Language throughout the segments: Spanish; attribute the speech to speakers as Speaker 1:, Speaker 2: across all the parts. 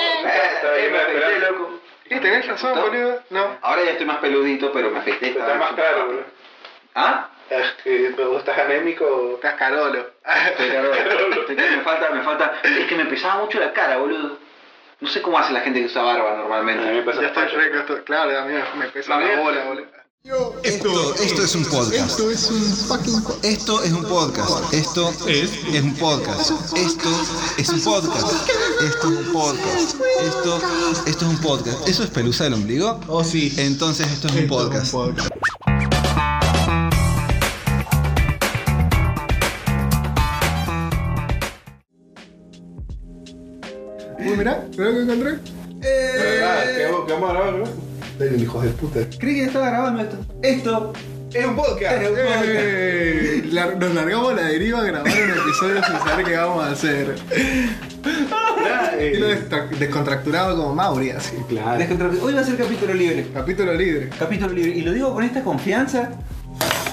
Speaker 1: Está bien,
Speaker 2: me
Speaker 1: está
Speaker 2: afeité,
Speaker 1: bien.
Speaker 2: loco.
Speaker 3: ¿Y tenés razón,
Speaker 2: ¿Gustó?
Speaker 3: boludo? No.
Speaker 2: Ahora ya estoy más peludito, pero me afeité.
Speaker 1: Pero
Speaker 2: estaba
Speaker 1: Está más
Speaker 2: súper
Speaker 1: claro,
Speaker 2: rápido.
Speaker 1: boludo.
Speaker 2: ¿Ah?
Speaker 1: Este, ¿Vos estás anémico?
Speaker 3: Estás carolo.
Speaker 2: Estoy claro. estoy claro, me falta, me falta. Es que me pesaba mucho la cara, boludo. No sé cómo hace la gente que usa barba normalmente.
Speaker 1: Pues
Speaker 3: Ya estoy re costo- Claro, a mí me- me pesa la bola, boludo.
Speaker 4: Esto, esto es un podcast. Esto es un fucking Esto es un podcast. Esto es, un podcast. Esto es un podcast. Esto es un podcast. Esto, esto es un podcast. ¿Eso es pelusa del ombligo?
Speaker 5: Oh, sí.
Speaker 4: Entonces esto es un podcast.
Speaker 3: Uy, mirá, mirá lo que encontré.
Speaker 1: Ah, ¿qué vamos- qué vamos a grabar, boludo? Dale, hijos de puta.
Speaker 4: ¿Crees que estaba grabando esto? Esto.
Speaker 1: Es un podcast.
Speaker 3: Eh, la- nos largamos a la deriva a grabar un episodio sin saber qué vamos a hacer. Y lo destra- descontracturado como Mauri, así.
Speaker 1: Claro.
Speaker 4: Ah, Hoy va a ser capítulo libre.
Speaker 3: Capítulo libre.
Speaker 4: Capítulo libre. Y lo digo con esta confianza.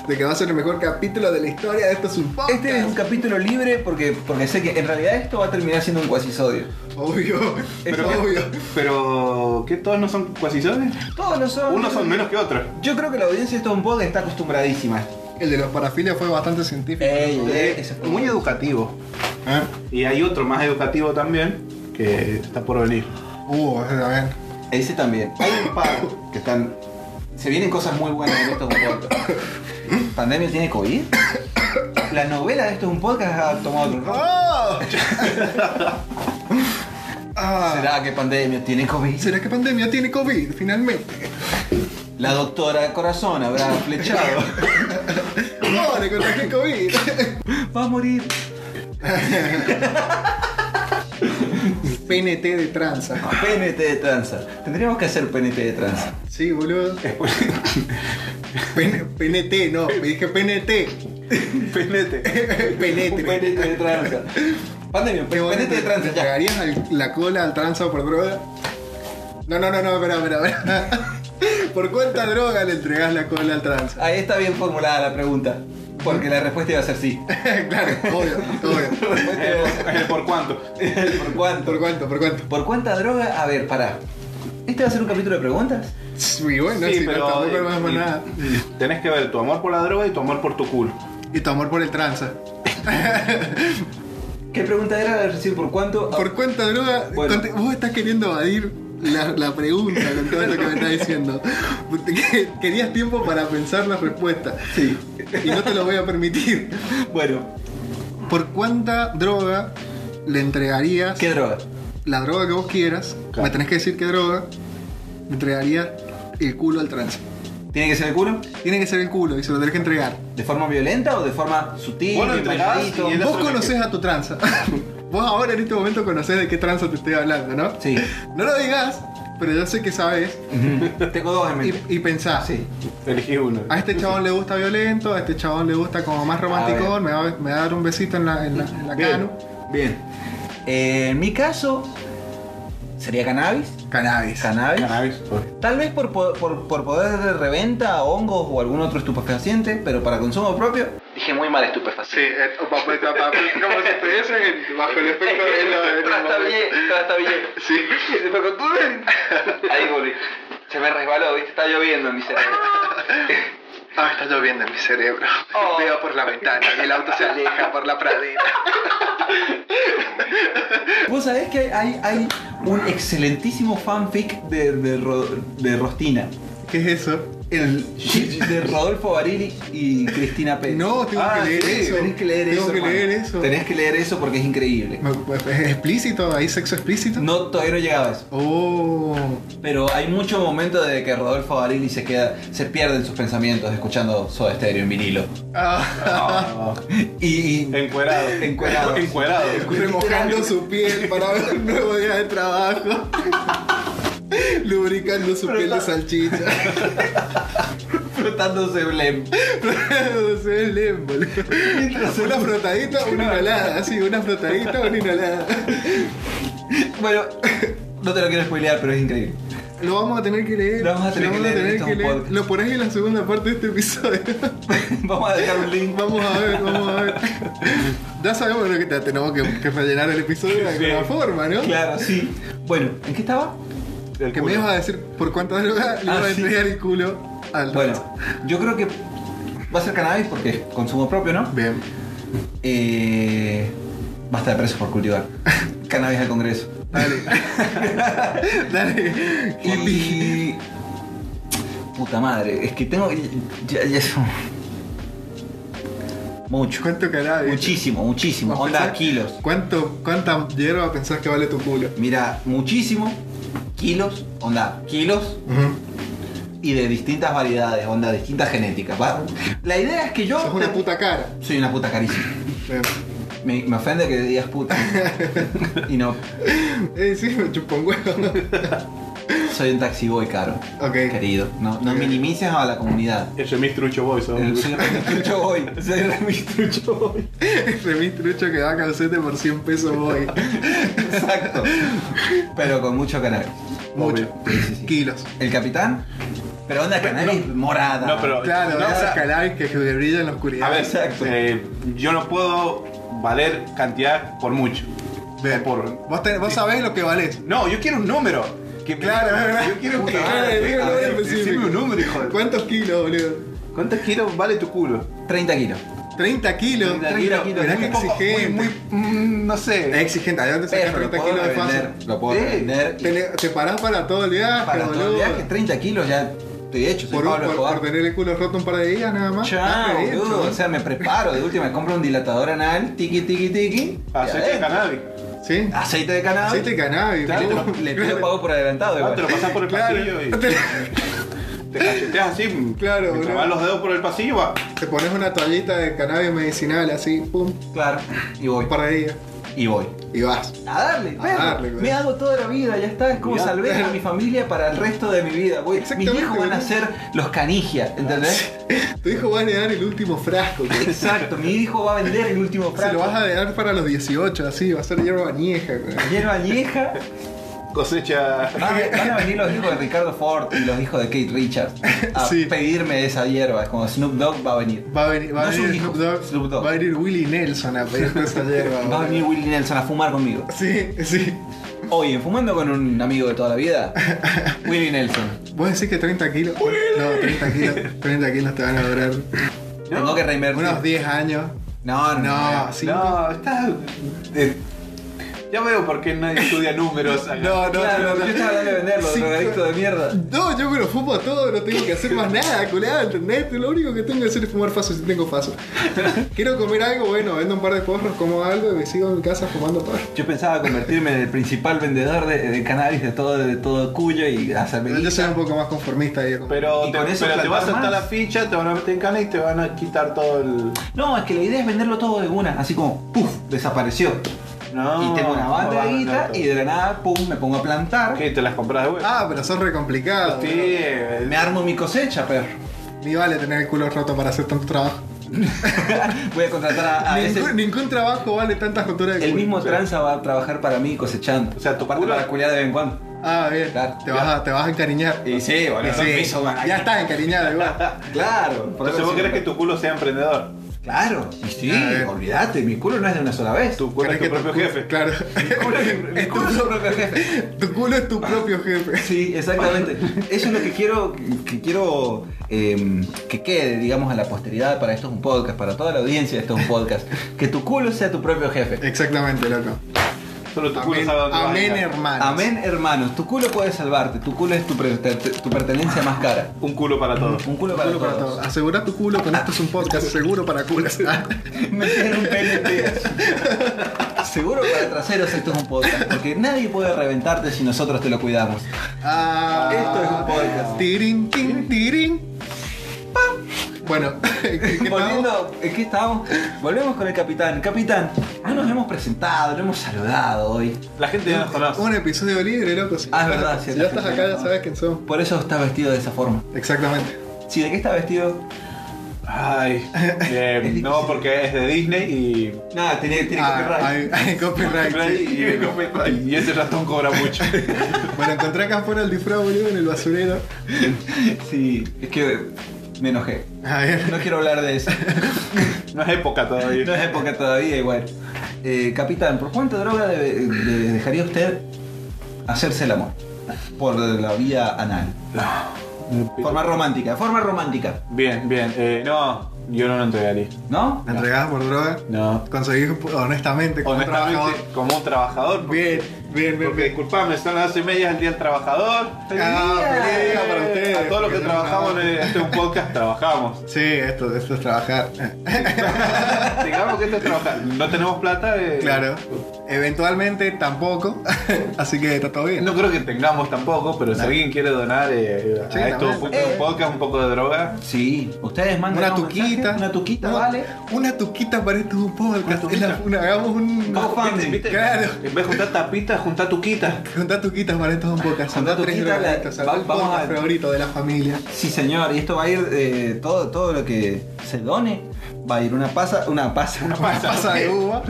Speaker 3: De que va a ser el mejor capítulo de la historia de estos un podcast.
Speaker 4: Este es un capítulo libre porque, porque sé que en realidad esto va a terminar siendo un cuasisodio.
Speaker 3: Obvio, pero
Speaker 4: Esto-
Speaker 3: obvio.
Speaker 1: Pero, ¿qué todos no son cuasisores?
Speaker 4: Todos lo son.
Speaker 1: Unos son menos que otros.
Speaker 4: Yo creo que la audiencia de esto es un podcast está acostumbradísima.
Speaker 3: El de los parafilias fue bastante científico.
Speaker 4: Ey, ey,
Speaker 1: Eh,
Speaker 4: eso fue
Speaker 1: muy
Speaker 4: bueno.
Speaker 1: educativo. Y hay otro más educativo también que está por venir.
Speaker 3: Uh, ese también.
Speaker 4: Ese también. Hay un par que están. Se vienen cosas muy buenas en esto es un podcast. ¿Pandemia tiene COVID? La novela de esto es un podcast ha tomado otro rumbo.
Speaker 3: ¡Oh! Ah, ¿Será?
Speaker 4: ¿Será que pandemia tiene COVID?
Speaker 3: que pandemia tiene COVID finalmente?
Speaker 4: La doctora Corazón habrá flechado.
Speaker 3: ¡Oh, le contagié COVID!
Speaker 4: Va a morir.
Speaker 3: PNT de tranza.
Speaker 4: PNT de tranza. Tendríamos que hacer PNT de tranza.
Speaker 3: Sí, boludo. Pen- PNT, no, me dije PNT.
Speaker 1: Penete.
Speaker 4: Un
Speaker 3: Penetre.
Speaker 4: PNT de tranza. Pandemia, un PNT de tranza.
Speaker 3: ¿Te
Speaker 4: ya.
Speaker 3: cagarías al- la cola al tranza por droga? No, no, no, no, espera, espera, espera. ¿Por cuánta droga le entregás la cola al tranza?
Speaker 4: Ahí está bien formulada la pregunta. Porque la respuesta iba a ser sí.
Speaker 3: claro, obvio, obvio.
Speaker 4: La respuesta iba a ser-
Speaker 1: ¿Por cuánto?
Speaker 4: ¿Por cuánto?
Speaker 3: ¿Por cuánto? ¿Por cuánto?
Speaker 4: ¿Por cuánta droga? A ver, pará. ¿Este va a ser un capítulo de preguntas?
Speaker 3: Sí, bueno, si no, tampoco
Speaker 1: eh,
Speaker 3: armás más
Speaker 1: y-
Speaker 3: nada.
Speaker 1: Tenés que ver tu amor por la droga y tu amor por tu culo.
Speaker 3: Y tu amor por el tranza.
Speaker 4: ¿Qué pregunta era de decir por cuánto? Ah,
Speaker 3: ¿Por cuánta droga?
Speaker 4: Bueno.
Speaker 3: conte- Vos estás queriendo evadir la, la pregunta con todo esto que me estás diciendo. Que- Querías tiempo para pensar la respuesta.
Speaker 4: Sí.
Speaker 3: Y no te lo voy a permitir.
Speaker 4: Bueno,
Speaker 3: ¿Por cuánta droga le entregarías
Speaker 4: ¿qué droga?
Speaker 3: la droga que vos quieras?
Speaker 1: Claro.
Speaker 3: Me tenés que decir qué droga. Le entregarías el culo al trance.
Speaker 4: ¿Tiene que ser el culo?
Speaker 3: Tiene que ser el culo y se lo tenés que entregar.
Speaker 4: ¿De forma violenta o de forma sutil?
Speaker 1: Bueno,
Speaker 4: bien
Speaker 1: entregás
Speaker 4: manejadito?
Speaker 1: y él-
Speaker 3: Vos conocés a tu tranza. Vos ahora en este momento conocés de qué tranza te estoy hablando, ¿no?
Speaker 4: Sí.
Speaker 3: No lo digas, pero yo sé que sabes
Speaker 4: Ujú. Tengo dos en
Speaker 3: y,
Speaker 4: mente.
Speaker 3: y pensás.
Speaker 4: Sí.
Speaker 1: Elegí uno.
Speaker 3: A este chabón le gusta violento, a este chabón le gusta como más romántico,
Speaker 4: ver.
Speaker 3: me va, a- me va a dar un besito en la, en la, en la
Speaker 4: Bien.
Speaker 3: cano.
Speaker 4: Bien. Eh, en mi caso, ¿sería cannabis?
Speaker 3: Cannabis.
Speaker 4: ¿Cannabis?
Speaker 1: Cannabis.
Speaker 4: Tal vez por, po- por, por poder de reventa, hongos o algún otro estupefaciente, pero para consumo propio. Dije muy mal estupefaciente.
Speaker 3: como si estuviese bajo el efecto
Speaker 4: Trasta bien, trasta bien.
Speaker 3: Sí.
Speaker 4: Se fue con todo el- Ahí volví. Se me resbaló, viste, está lloviendo en mi cerebro.
Speaker 3: Ah, está lloviendo en mi cerebro.
Speaker 4: Oh.
Speaker 3: Veo por la ventana y el auto se aleja por la pradera.
Speaker 4: Vos sabés que hay, hay un excelentísimo fanfic de, de, Ro- de Rostina.
Speaker 3: ¿Qué es eso?
Speaker 4: El shit de Rodolfo Barili y Cristina Pérez.
Speaker 3: No, tengo
Speaker 1: Ah,
Speaker 3: que leer
Speaker 1: sí,
Speaker 3: eso.
Speaker 4: Tenés que leer
Speaker 3: tengo
Speaker 4: eso.
Speaker 3: que
Speaker 4: hermano.
Speaker 3: leer eso.
Speaker 4: Tenés que leer eso porque es increíble.
Speaker 3: Me- me- ¿Es explícito? ¿Hay sexo explícito?
Speaker 4: No, todavía no llegaba a eso.
Speaker 3: Oh.
Speaker 4: Pero hay mucho momento de que Rodolfo Barili se queda, se pierde en sus pensamientos escuchando Soda Stereo en vinilo.
Speaker 3: Ah.
Speaker 4: Y, y
Speaker 1: Encuerado.
Speaker 4: Encuerado.
Speaker 1: Encuerado.
Speaker 3: Remojando su piel para ver un nuevo día de trabajo. Lubricando su piel de salchicha.
Speaker 4: frotándose blem.
Speaker 3: Se el émbolo. Una frotadita, una inhalada. Sí, una frotadita, una inhalada.
Speaker 4: Bueno, no te lo quiero spoilear, pero es increíble.
Speaker 3: Lo vamos a tener que leer.
Speaker 4: Lo vamos a tener que leer, esto es un podcast.
Speaker 3: Lo ponés en la segunda parte de este episodio.
Speaker 4: Vamos a dejar un link.
Speaker 3: vamos a ver, vamos a ver. ya sabemos lo que te- tenemos que, que rellenar el episodio de alguna forma, ¿no?
Speaker 4: Claro, sí. Bueno, ¿en qué estaba?
Speaker 1: Del
Speaker 3: Que me
Speaker 1: culo.
Speaker 3: ibas a decir por cuánta droga le
Speaker 4: Ah,
Speaker 3: vas a
Speaker 4: sí.
Speaker 3: entregar el culo al
Speaker 4: Bueno,
Speaker 3: resto.
Speaker 4: yo creo que va a ser cannabis porque es consumo propio, ¿no?
Speaker 3: Bien.
Speaker 4: Eh, basta de presos por cultivar. cannabis al Congreso.
Speaker 3: Dale. Dale. Hippie.
Speaker 4: Y... Puta madre, es que tengo... Ya, ya es un- Mucho.
Speaker 3: ¿Cuánto cannabis?
Speaker 4: Muchísimo, muchísimo.
Speaker 3: Vos
Speaker 4: Onda,
Speaker 3: pensás-
Speaker 4: kilos.
Speaker 3: ¿Cuánto, ¿Cuánta hierba pensás que vale tu culo?
Speaker 4: Mira, muchísimo. Kilos, onda, kilos. Y de distintas variedades, onda, distintas genéticas. ¿va? La idea es que yo...
Speaker 3: Sos una puta cara.
Speaker 4: Soy una puta carísima.
Speaker 3: Bien.
Speaker 4: Me, me ofende que digas puta. y no,
Speaker 3: Eh, sí, me chupa un huevo.
Speaker 4: soy un taxi boy caro.
Speaker 3: Ok.
Speaker 4: Querido. No, no minimices a la comunidad.
Speaker 1: Ese es mi trucho boy, ¿sabes?
Speaker 4: Eh, Soy un trucho boy. Soy un trucho boy.
Speaker 3: Remis trucho Este que da calcete por 100 pesos voy.
Speaker 4: Exacto. Pero con mucho cannabis.
Speaker 3: Mucho.
Speaker 4: Sí, sí, sí.
Speaker 3: Kilos.
Speaker 4: El capitán. Pero onda cannabis morada.
Speaker 1: no, pero-
Speaker 3: Claro,
Speaker 1: No,
Speaker 3: esos
Speaker 1: o sea-
Speaker 3: cannabis que brillan en la oscuridad.
Speaker 1: A ver,
Speaker 4: Exacto.
Speaker 1: eh, yo no puedo valer cantidad por mucho.
Speaker 3: Ven,
Speaker 1: O por-
Speaker 3: Vos, tenés- vos sabés lo que valés.
Speaker 1: No, yo quiero un número. Que me-
Speaker 3: Claro, claro.
Speaker 1: yo quiero
Speaker 3: Puta madre,
Speaker 1: que
Speaker 3: digo, no era
Speaker 1: Decime
Speaker 3: específico.
Speaker 1: un número, hijo. de-
Speaker 3: ¿Cuántos kilos, boludo?
Speaker 1: ¿Cuántos kilos vale tu culo?
Speaker 4: 30 kilos.
Speaker 3: 30 kilos.
Speaker 4: 30 kilos,
Speaker 3: Mirá
Speaker 4: muy
Speaker 3: que
Speaker 4: poco,
Speaker 3: exigente.
Speaker 1: Muy, mm, no
Speaker 3: Es
Speaker 1: sé.
Speaker 3: exigente. Allá te sacas
Speaker 4: Pero
Speaker 3: 30
Speaker 4: lo puedo
Speaker 3: kilos de fácil.
Speaker 4: revender. Lo puedo
Speaker 1: Sí.
Speaker 4: revender. y
Speaker 3: Te, le- te parás para todo el viaje,
Speaker 4: para todo el
Speaker 3: boludo.
Speaker 4: viaje, 30 kilos ya estoy hecho. Soy
Speaker 3: por, un-
Speaker 4: Pablo
Speaker 3: por-
Speaker 4: Escobar.
Speaker 3: por tener el culo roto un par de días nada más.
Speaker 4: Chao,
Speaker 3: Ah, qué bien,
Speaker 4: boludo.
Speaker 3: chabón.
Speaker 4: O sea, me preparo. De última, me compro un dilatador anal. Tiki, tiki, tiki. y
Speaker 1: Aceite de
Speaker 3: eh.
Speaker 4: adentro.
Speaker 1: cannabis.
Speaker 3: Sí.
Speaker 4: Aceite de cannabis.
Speaker 3: Aceite de cannabis.
Speaker 4: ah, Claro,
Speaker 3: boludo.
Speaker 4: le pido pago por adelantado.
Speaker 1: Ah,
Speaker 4: igual.
Speaker 1: te lo pasas por el
Speaker 3: Claro.
Speaker 1: pasillo y te cacheteas así.
Speaker 3: Claro,
Speaker 1: Te
Speaker 3: boludo.
Speaker 1: vas los dedos por el pasillo, va.
Speaker 3: Te pones una toallita de cannabis medicinal así, pum,
Speaker 4: Claro. Y voy.
Speaker 3: un par de días.
Speaker 4: Y voy.
Speaker 3: Y vas.
Speaker 4: A darle, perro.
Speaker 3: darle, güey.
Speaker 4: me hago toda la vida, ya está, es como
Speaker 1: Ya.
Speaker 4: salvé a mi familia para el resto de mi vida. Voy. Mis
Speaker 3: Exactamente,
Speaker 4: hijos van a
Speaker 3: güey.
Speaker 4: ser los canigia, ¿entendés?
Speaker 3: Tu hijo va a heredar el último frasco. güey.
Speaker 4: Exacto, mi hijo va a vender el último
Speaker 3: Se lo
Speaker 4: frasco.
Speaker 3: vas a heredar para los 18, así, va a ser hierba añeja. güey.
Speaker 4: Lleno añeja.
Speaker 1: Cosecha.
Speaker 4: Van a, van a venir los hijos de Ricardo Ford y los hijos de Kate Richards a
Speaker 3: Sí.
Speaker 4: pedirme esa hierba. Es como Snoop Dogg va a venir.
Speaker 3: Va a venir, va
Speaker 4: No
Speaker 3: a
Speaker 4: es un
Speaker 3: venir
Speaker 4: hijo,
Speaker 3: Snoop Dogg,
Speaker 4: Snoop Dogg.
Speaker 3: Va a venir Willie Nelson a pedirte esa hierba.
Speaker 4: Va a
Speaker 3: güey.
Speaker 4: venir Willie Nelson a fumar conmigo.
Speaker 3: Sí, sí.
Speaker 4: Hoy, en fumando con un amigo de toda la vida, Willie Nelson.
Speaker 3: ¿Vos decís que 30 kilos? No, 30 kilos. 30 kilos te van a durar
Speaker 4: Tengo que reinvertir.
Speaker 3: unos 10 años.
Speaker 4: No, Ah, no,
Speaker 3: No, 5.
Speaker 1: No, estás. eh, ya veo por qué nadie estudia números. acá.
Speaker 3: No, no,
Speaker 4: Claro,
Speaker 3: no, no.
Speaker 4: yo estaba hablando de venderlo,
Speaker 3: Cinco-
Speaker 4: drogadicto de mierda.
Speaker 3: No, yo me lo fumo todo, no tengo que hacer más nada, colado, ¿entendés? Lo único que tengo que hacer es fumar faso si tengo faso. Quiero comer algo, bueno, vendo un par de porros, como algo y me sigo en mi casa fumando porros.
Speaker 4: Yo pensaba convertirme en el principal vendedor de, de cannabis de todo, de todo Cuyo y hacerme
Speaker 3: Yo soy
Speaker 4: guita.
Speaker 3: un poco más conformista ahí. como-
Speaker 1: Pero,
Speaker 4: Y
Speaker 1: te,
Speaker 4: con eso
Speaker 1: pero te va a
Speaker 4: plantar
Speaker 1: saltar la
Speaker 4: más.
Speaker 1: ficha, te van a meter en cana y te van a quitar todo el.
Speaker 4: No, es que la idea es venderlo todo de una, así como, ¡puf! Desapareció.
Speaker 1: No,
Speaker 4: y tengo una banda de
Speaker 1: no,
Speaker 4: guita
Speaker 1: no, no.
Speaker 4: y de la nada, ¡pum! Me pongo a plantar.
Speaker 1: ¿Qué? ¿Te las compras de vuelta?
Speaker 3: Ah, pero sos re
Speaker 4: Ah,
Speaker 3: complicado.
Speaker 1: sí.
Speaker 3: bro.
Speaker 1: eh,
Speaker 4: Me armo mi cosecha, perro.
Speaker 3: Ni vale tener el culo roto para hacer tanto trabajo.
Speaker 4: Voy a contratar a, a Ah, ese.
Speaker 3: Ningún, ningún trabajo vale tantas costuras de
Speaker 4: El
Speaker 3: culo.
Speaker 4: mismo tranza va a trabajar para mí cosechando.
Speaker 1: O sea, tu
Speaker 4: parte
Speaker 1: culo-
Speaker 4: para culiar de vez en cuando.
Speaker 3: Ah, bien.
Speaker 4: Claro,
Speaker 3: te, vas a, te vas a encariñar.
Speaker 4: Y sí, boludo.
Speaker 3: Sí,
Speaker 4: me hizo ganar.
Speaker 3: ya estás encariñado igual.
Speaker 4: Claro. por
Speaker 1: Entonces
Speaker 4: eso
Speaker 1: vos
Speaker 4: siempre-
Speaker 1: querés que tu culo sea emprendedor.
Speaker 4: Claro. Y sí,
Speaker 3: A ver.
Speaker 4: olvídate, mi culo no es de una sola vez.
Speaker 1: Tu culo es
Speaker 3: ¿Crees
Speaker 1: tu propio
Speaker 3: culo-
Speaker 1: jefe.
Speaker 3: Claro.
Speaker 4: Mi
Speaker 3: Es tu
Speaker 4: culo es
Speaker 3: culo-
Speaker 4: un propio jefe.
Speaker 3: tu culo es tu propio jefe.
Speaker 4: Sí, exactamente. Eso es lo que quiero que quiero eh, que quede, digamos, a la posteridad para esto es un podcast, para toda la audiencia de esto es un podcast. Que tu culo sea tu propio jefe.
Speaker 3: Exactamente, loco.
Speaker 1: Solo tu culo
Speaker 3: Amén,
Speaker 1: sabe dónde vas a
Speaker 3: amén,
Speaker 1: llegar.
Speaker 3: hermanos.
Speaker 4: Amén, hermanos. Tu culo puede salvarte. Tu culo es tu, pre- te- tu pertenencia más cara.
Speaker 1: Un culo para todos.
Speaker 4: Un culo para
Speaker 3: Culo para
Speaker 4: todos.
Speaker 3: todo. Asegura tu culo con esto es un podcast seguro para culos. ¿ah?
Speaker 4: Me hicieron un PNT. Seguro para traseros esto es un podcast, porque nadie puede reventarte si nosotros te lo cuidamos.
Speaker 3: Ah,
Speaker 4: Esto es un podcast.
Speaker 3: Tirin, tin, tirin. Pam. Bueno, ¿qué- qué estamos?
Speaker 4: Volviendo, ¿en qué estábamos? Volvemos con el capitán. Capitán, no nos hemos presentado, no hemos saludado hoy.
Speaker 1: La gente ya nos conoce.
Speaker 3: un episodio libre, loco. Si
Speaker 4: Ah, es
Speaker 3: ya-
Speaker 4: verdad,
Speaker 3: Si
Speaker 4: cierto.
Speaker 3: ya estás acá, ya sabes quién somos.
Speaker 4: Por eso está vestido de esa forma.
Speaker 3: Exactamente.
Speaker 4: Sí, ¿de qué está vestido?
Speaker 1: Ay, eh, no, porque es de Disney y,
Speaker 4: Nada, tiene, tiene
Speaker 3: Ah,
Speaker 4: copyright.
Speaker 3: hay, hay copyright. sí.
Speaker 1: y, y ese ratón cobra mucho.
Speaker 3: Bueno, encontré acá afuera el disfraz, boludo, en el basurero.
Speaker 4: Sí, es que me enojé.
Speaker 3: A ver.
Speaker 4: No quiero hablar de eso.
Speaker 1: No es época todavía.
Speaker 4: No es época todavía igual. Eh, capitán, ¿por cuánta droga debe- le dejaría usted hacerse el amor? Por la vía anal. Forma romántica, forma romántica.
Speaker 1: Bien, bien. Eh, no, yo no lo entregaría.
Speaker 4: ¿No?
Speaker 3: ¿La entregabas por droga?
Speaker 1: No.
Speaker 3: Conseguís honestamente como trabajador.
Speaker 1: Honestamente, como un trabajador.
Speaker 3: Bien, bien, bien,
Speaker 1: Porque
Speaker 3: bien.
Speaker 1: disculpame, son las 12 y media del día del trabajador.
Speaker 3: Ah, feliz día para ustedes,
Speaker 1: A todos los que
Speaker 3: porque no
Speaker 1: trabajamos en
Speaker 3: trabajamos.
Speaker 1: este un podcast, trabajamos.
Speaker 3: Sí, esto, esto es trabajar. Eh,
Speaker 1: Digamos que esto es trabajar. No tenemos plata. eh,
Speaker 3: Claro. Eventualmente tampoco. Así que está todo bien.
Speaker 1: No creo que tengamos tampoco, pero si alguien quiere donar eh,
Speaker 3: Sí,
Speaker 1: a esto
Speaker 3: también.
Speaker 1: un podcast, un poco de droga.
Speaker 4: Sí. Ustedes mandan
Speaker 3: Una
Speaker 4: un mensaje,
Speaker 3: tuquita.
Speaker 4: Una tuquita,
Speaker 3: No,
Speaker 4: vale.
Speaker 3: Una tuquita para este podcast.
Speaker 1: Una
Speaker 3: Es la-
Speaker 1: tuquita.
Speaker 3: una- hagamos un.
Speaker 4: GoFundMe.
Speaker 1: ¿Viste?
Speaker 3: Claro.
Speaker 1: En vez de juntar tapitas, juntar tuquitas.
Speaker 3: Juntar tuquitas para estos podcasts.
Speaker 4: Juntar
Speaker 3: Juntar tres
Speaker 4: tuquita, la-
Speaker 3: drogadictos.
Speaker 4: va-
Speaker 3: Vamos
Speaker 4: vamos
Speaker 3: podcast
Speaker 4: a-
Speaker 3: favorito de la familia.
Speaker 4: Sí, señor. Y esto va a ir eh, todo, todo lo que se done. Va a ir una pasa, una pasa, una
Speaker 3: Pasa, de uva.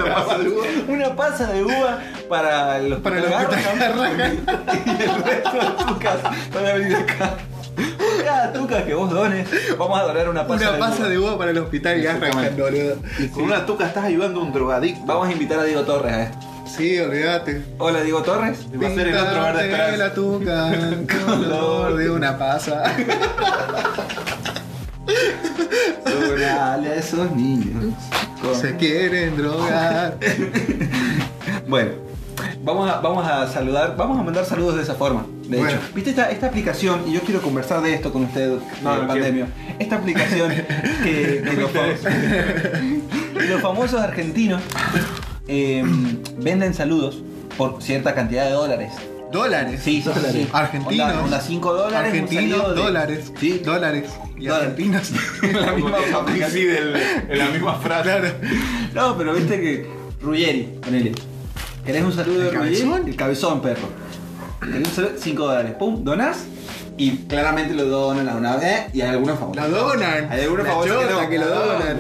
Speaker 4: Una pasa de uva para los
Speaker 3: Para los
Speaker 4: garros,
Speaker 3: que te agarran.
Speaker 4: y el resto de tucas van a venir acá. Por cada tuca que vos dones, vamos a donar una pasa
Speaker 3: Una pasa de uva para el hospital Garrahan,
Speaker 4: Exactamente.
Speaker 3: boludo.
Speaker 1: Y con una tuca estás ayudando a un drogadicto.
Speaker 4: Vamos a invitar a Diego Torres a esto.
Speaker 3: Sí, olvídate.
Speaker 4: Hola, Diego Torres.
Speaker 1: Va a ser el otro bar de
Speaker 3: Pintarte
Speaker 1: atrás.
Speaker 3: la tuca con el olor de una pasa.
Speaker 4: Dale a esos niños.
Speaker 3: Se quieren drogar.
Speaker 4: Bueno, vamos a, vamos a saludar, vamos a mandar saludos de esa forma. De
Speaker 3: Bueno.
Speaker 4: hecho, viste esta, esta aplicación, y yo quiero conversar de esto con usted,
Speaker 1: No,
Speaker 4: eh,
Speaker 1: no
Speaker 4: pandemio. Esta aplicación que, que los, fam- que los famosos argentinos eh, venden saludos por cierta cantidad de dólares.
Speaker 3: Dólares.
Speaker 4: Sí, sí,
Speaker 3: Dólares.
Speaker 4: sí.
Speaker 3: Argentinos.
Speaker 4: Onda- onda cinco dólares, un
Speaker 3: Argentinos,
Speaker 4: salido de-
Speaker 3: dólares.
Speaker 4: Sí.
Speaker 3: Dólares. Y
Speaker 4: Dólares.
Speaker 3: argentinos.
Speaker 4: La misma aplicación.
Speaker 1: Coincide el- en la misma frase.
Speaker 3: claro.
Speaker 4: No, pero viste que Ruggeri, ponele. ¿Querés un saludo
Speaker 3: ¿El
Speaker 4: de Ruggeri?
Speaker 3: cabezón?
Speaker 4: El cabezón, perro. ¿Querés un saludo? 5 dólares. Pum, donás. Y claramente lo donan a una vez y hay algunos famosos.
Speaker 3: La donan.
Speaker 4: Hay algunos
Speaker 3: La
Speaker 4: famosos que,
Speaker 3: chota
Speaker 4: no.
Speaker 3: que lo donan.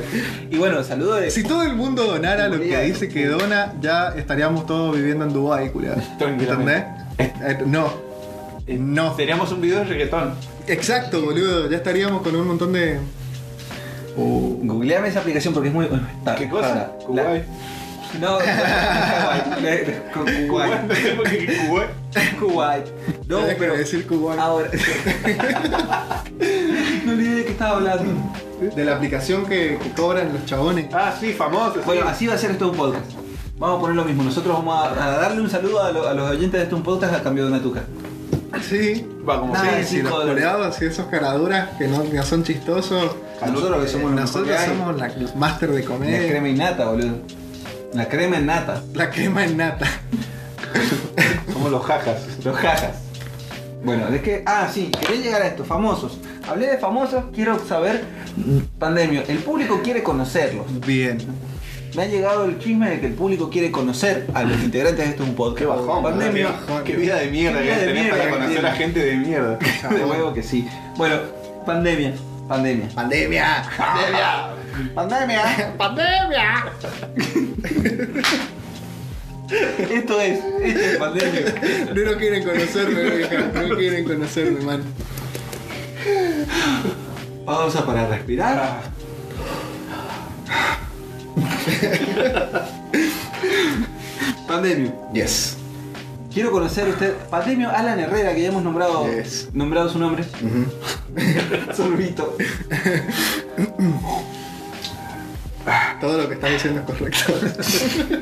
Speaker 4: Y bueno, saludo de.
Speaker 3: Si todo el mundo donara lo que dice que dona, ya estaríamos todos viviendo en Dubái, culiado. ¿Entendés?
Speaker 1: Tranquilamente.
Speaker 3: Eh, No. No.
Speaker 1: Seríamos un video de reggaetón.
Speaker 3: Exacto, boludo. Ya estaríamos con un montón de.
Speaker 4: Googleame esa aplicación porque es muy. está-
Speaker 1: ¿Qué cosa?
Speaker 4: está-
Speaker 1: Kuwait.
Speaker 4: la- No, Kuwait.
Speaker 1: Kuwait.
Speaker 4: Kuwait.
Speaker 1: Kuwait.
Speaker 4: Kuwait. No,
Speaker 3: Tenés que
Speaker 4: pero.
Speaker 3: decir cubano.
Speaker 4: Ahora. no olvidé de qué estaba hablando.
Speaker 3: De la aplicación que, que cobran los chabones.
Speaker 1: Ah, sí, famoso. sí.
Speaker 4: Bueno, así va a ser esto un podcast. Vamos a poner lo mismo. Nosotros vamos a, a darle un saludo a, lo- a los oyentes de esto un podcast a cambio de una tuca.
Speaker 3: Sí.
Speaker 1: Va como
Speaker 4: Nada.
Speaker 1: si-
Speaker 3: Sí, si
Speaker 4: cinco
Speaker 3: los
Speaker 4: dólares.
Speaker 3: coreados y esos caraduras que no, no son chistosos.
Speaker 4: Nosotros que somos los
Speaker 3: Nosotros
Speaker 4: mejores que hay.
Speaker 3: somos la los máster de
Speaker 4: La
Speaker 3: comer.
Speaker 4: crema y nata, boludo. La crema en nata.
Speaker 3: La crema en nata.
Speaker 1: Somos los jajas.
Speaker 4: Los jajas. Bueno, es que. Ah, sí, quería llegar a esto. Famosos. Hablé de famosos, quiero saber. Pandemio, el público quiere conocerlos.
Speaker 3: Bien.
Speaker 4: Me ha llegado el chisme de que el público quiere conocer a los integrantes de esto un podcast.
Speaker 1: Qué bajón.
Speaker 4: Pandemia.
Speaker 1: Qué, bajón. Qué vida de mierda
Speaker 4: Qué
Speaker 1: que
Speaker 4: vida de
Speaker 1: tenés
Speaker 4: mierda
Speaker 1: para
Speaker 4: que
Speaker 1: conocer
Speaker 4: tiene.
Speaker 1: a gente de mierda.
Speaker 4: De huevo que sí. Bueno, pandemia. Pandemia.
Speaker 3: ¡Pandemia!
Speaker 4: Pandemia. Pandemia.
Speaker 3: ¡Pandemia!
Speaker 4: Esto es. Esto es pandemia.
Speaker 3: No nos quieren conocerme, vieja. No quieren conocerme, man.
Speaker 4: Pausa para respirar.
Speaker 3: Ah.
Speaker 4: Pandemio.
Speaker 3: Yes.
Speaker 4: Quiero conocer a usted. Pandemio Alan Herrera, que ya hemos nombrado,
Speaker 3: Yes.
Speaker 4: nombrado su nombre. Sorbito.
Speaker 3: Todo lo que estás diciendo es correcto.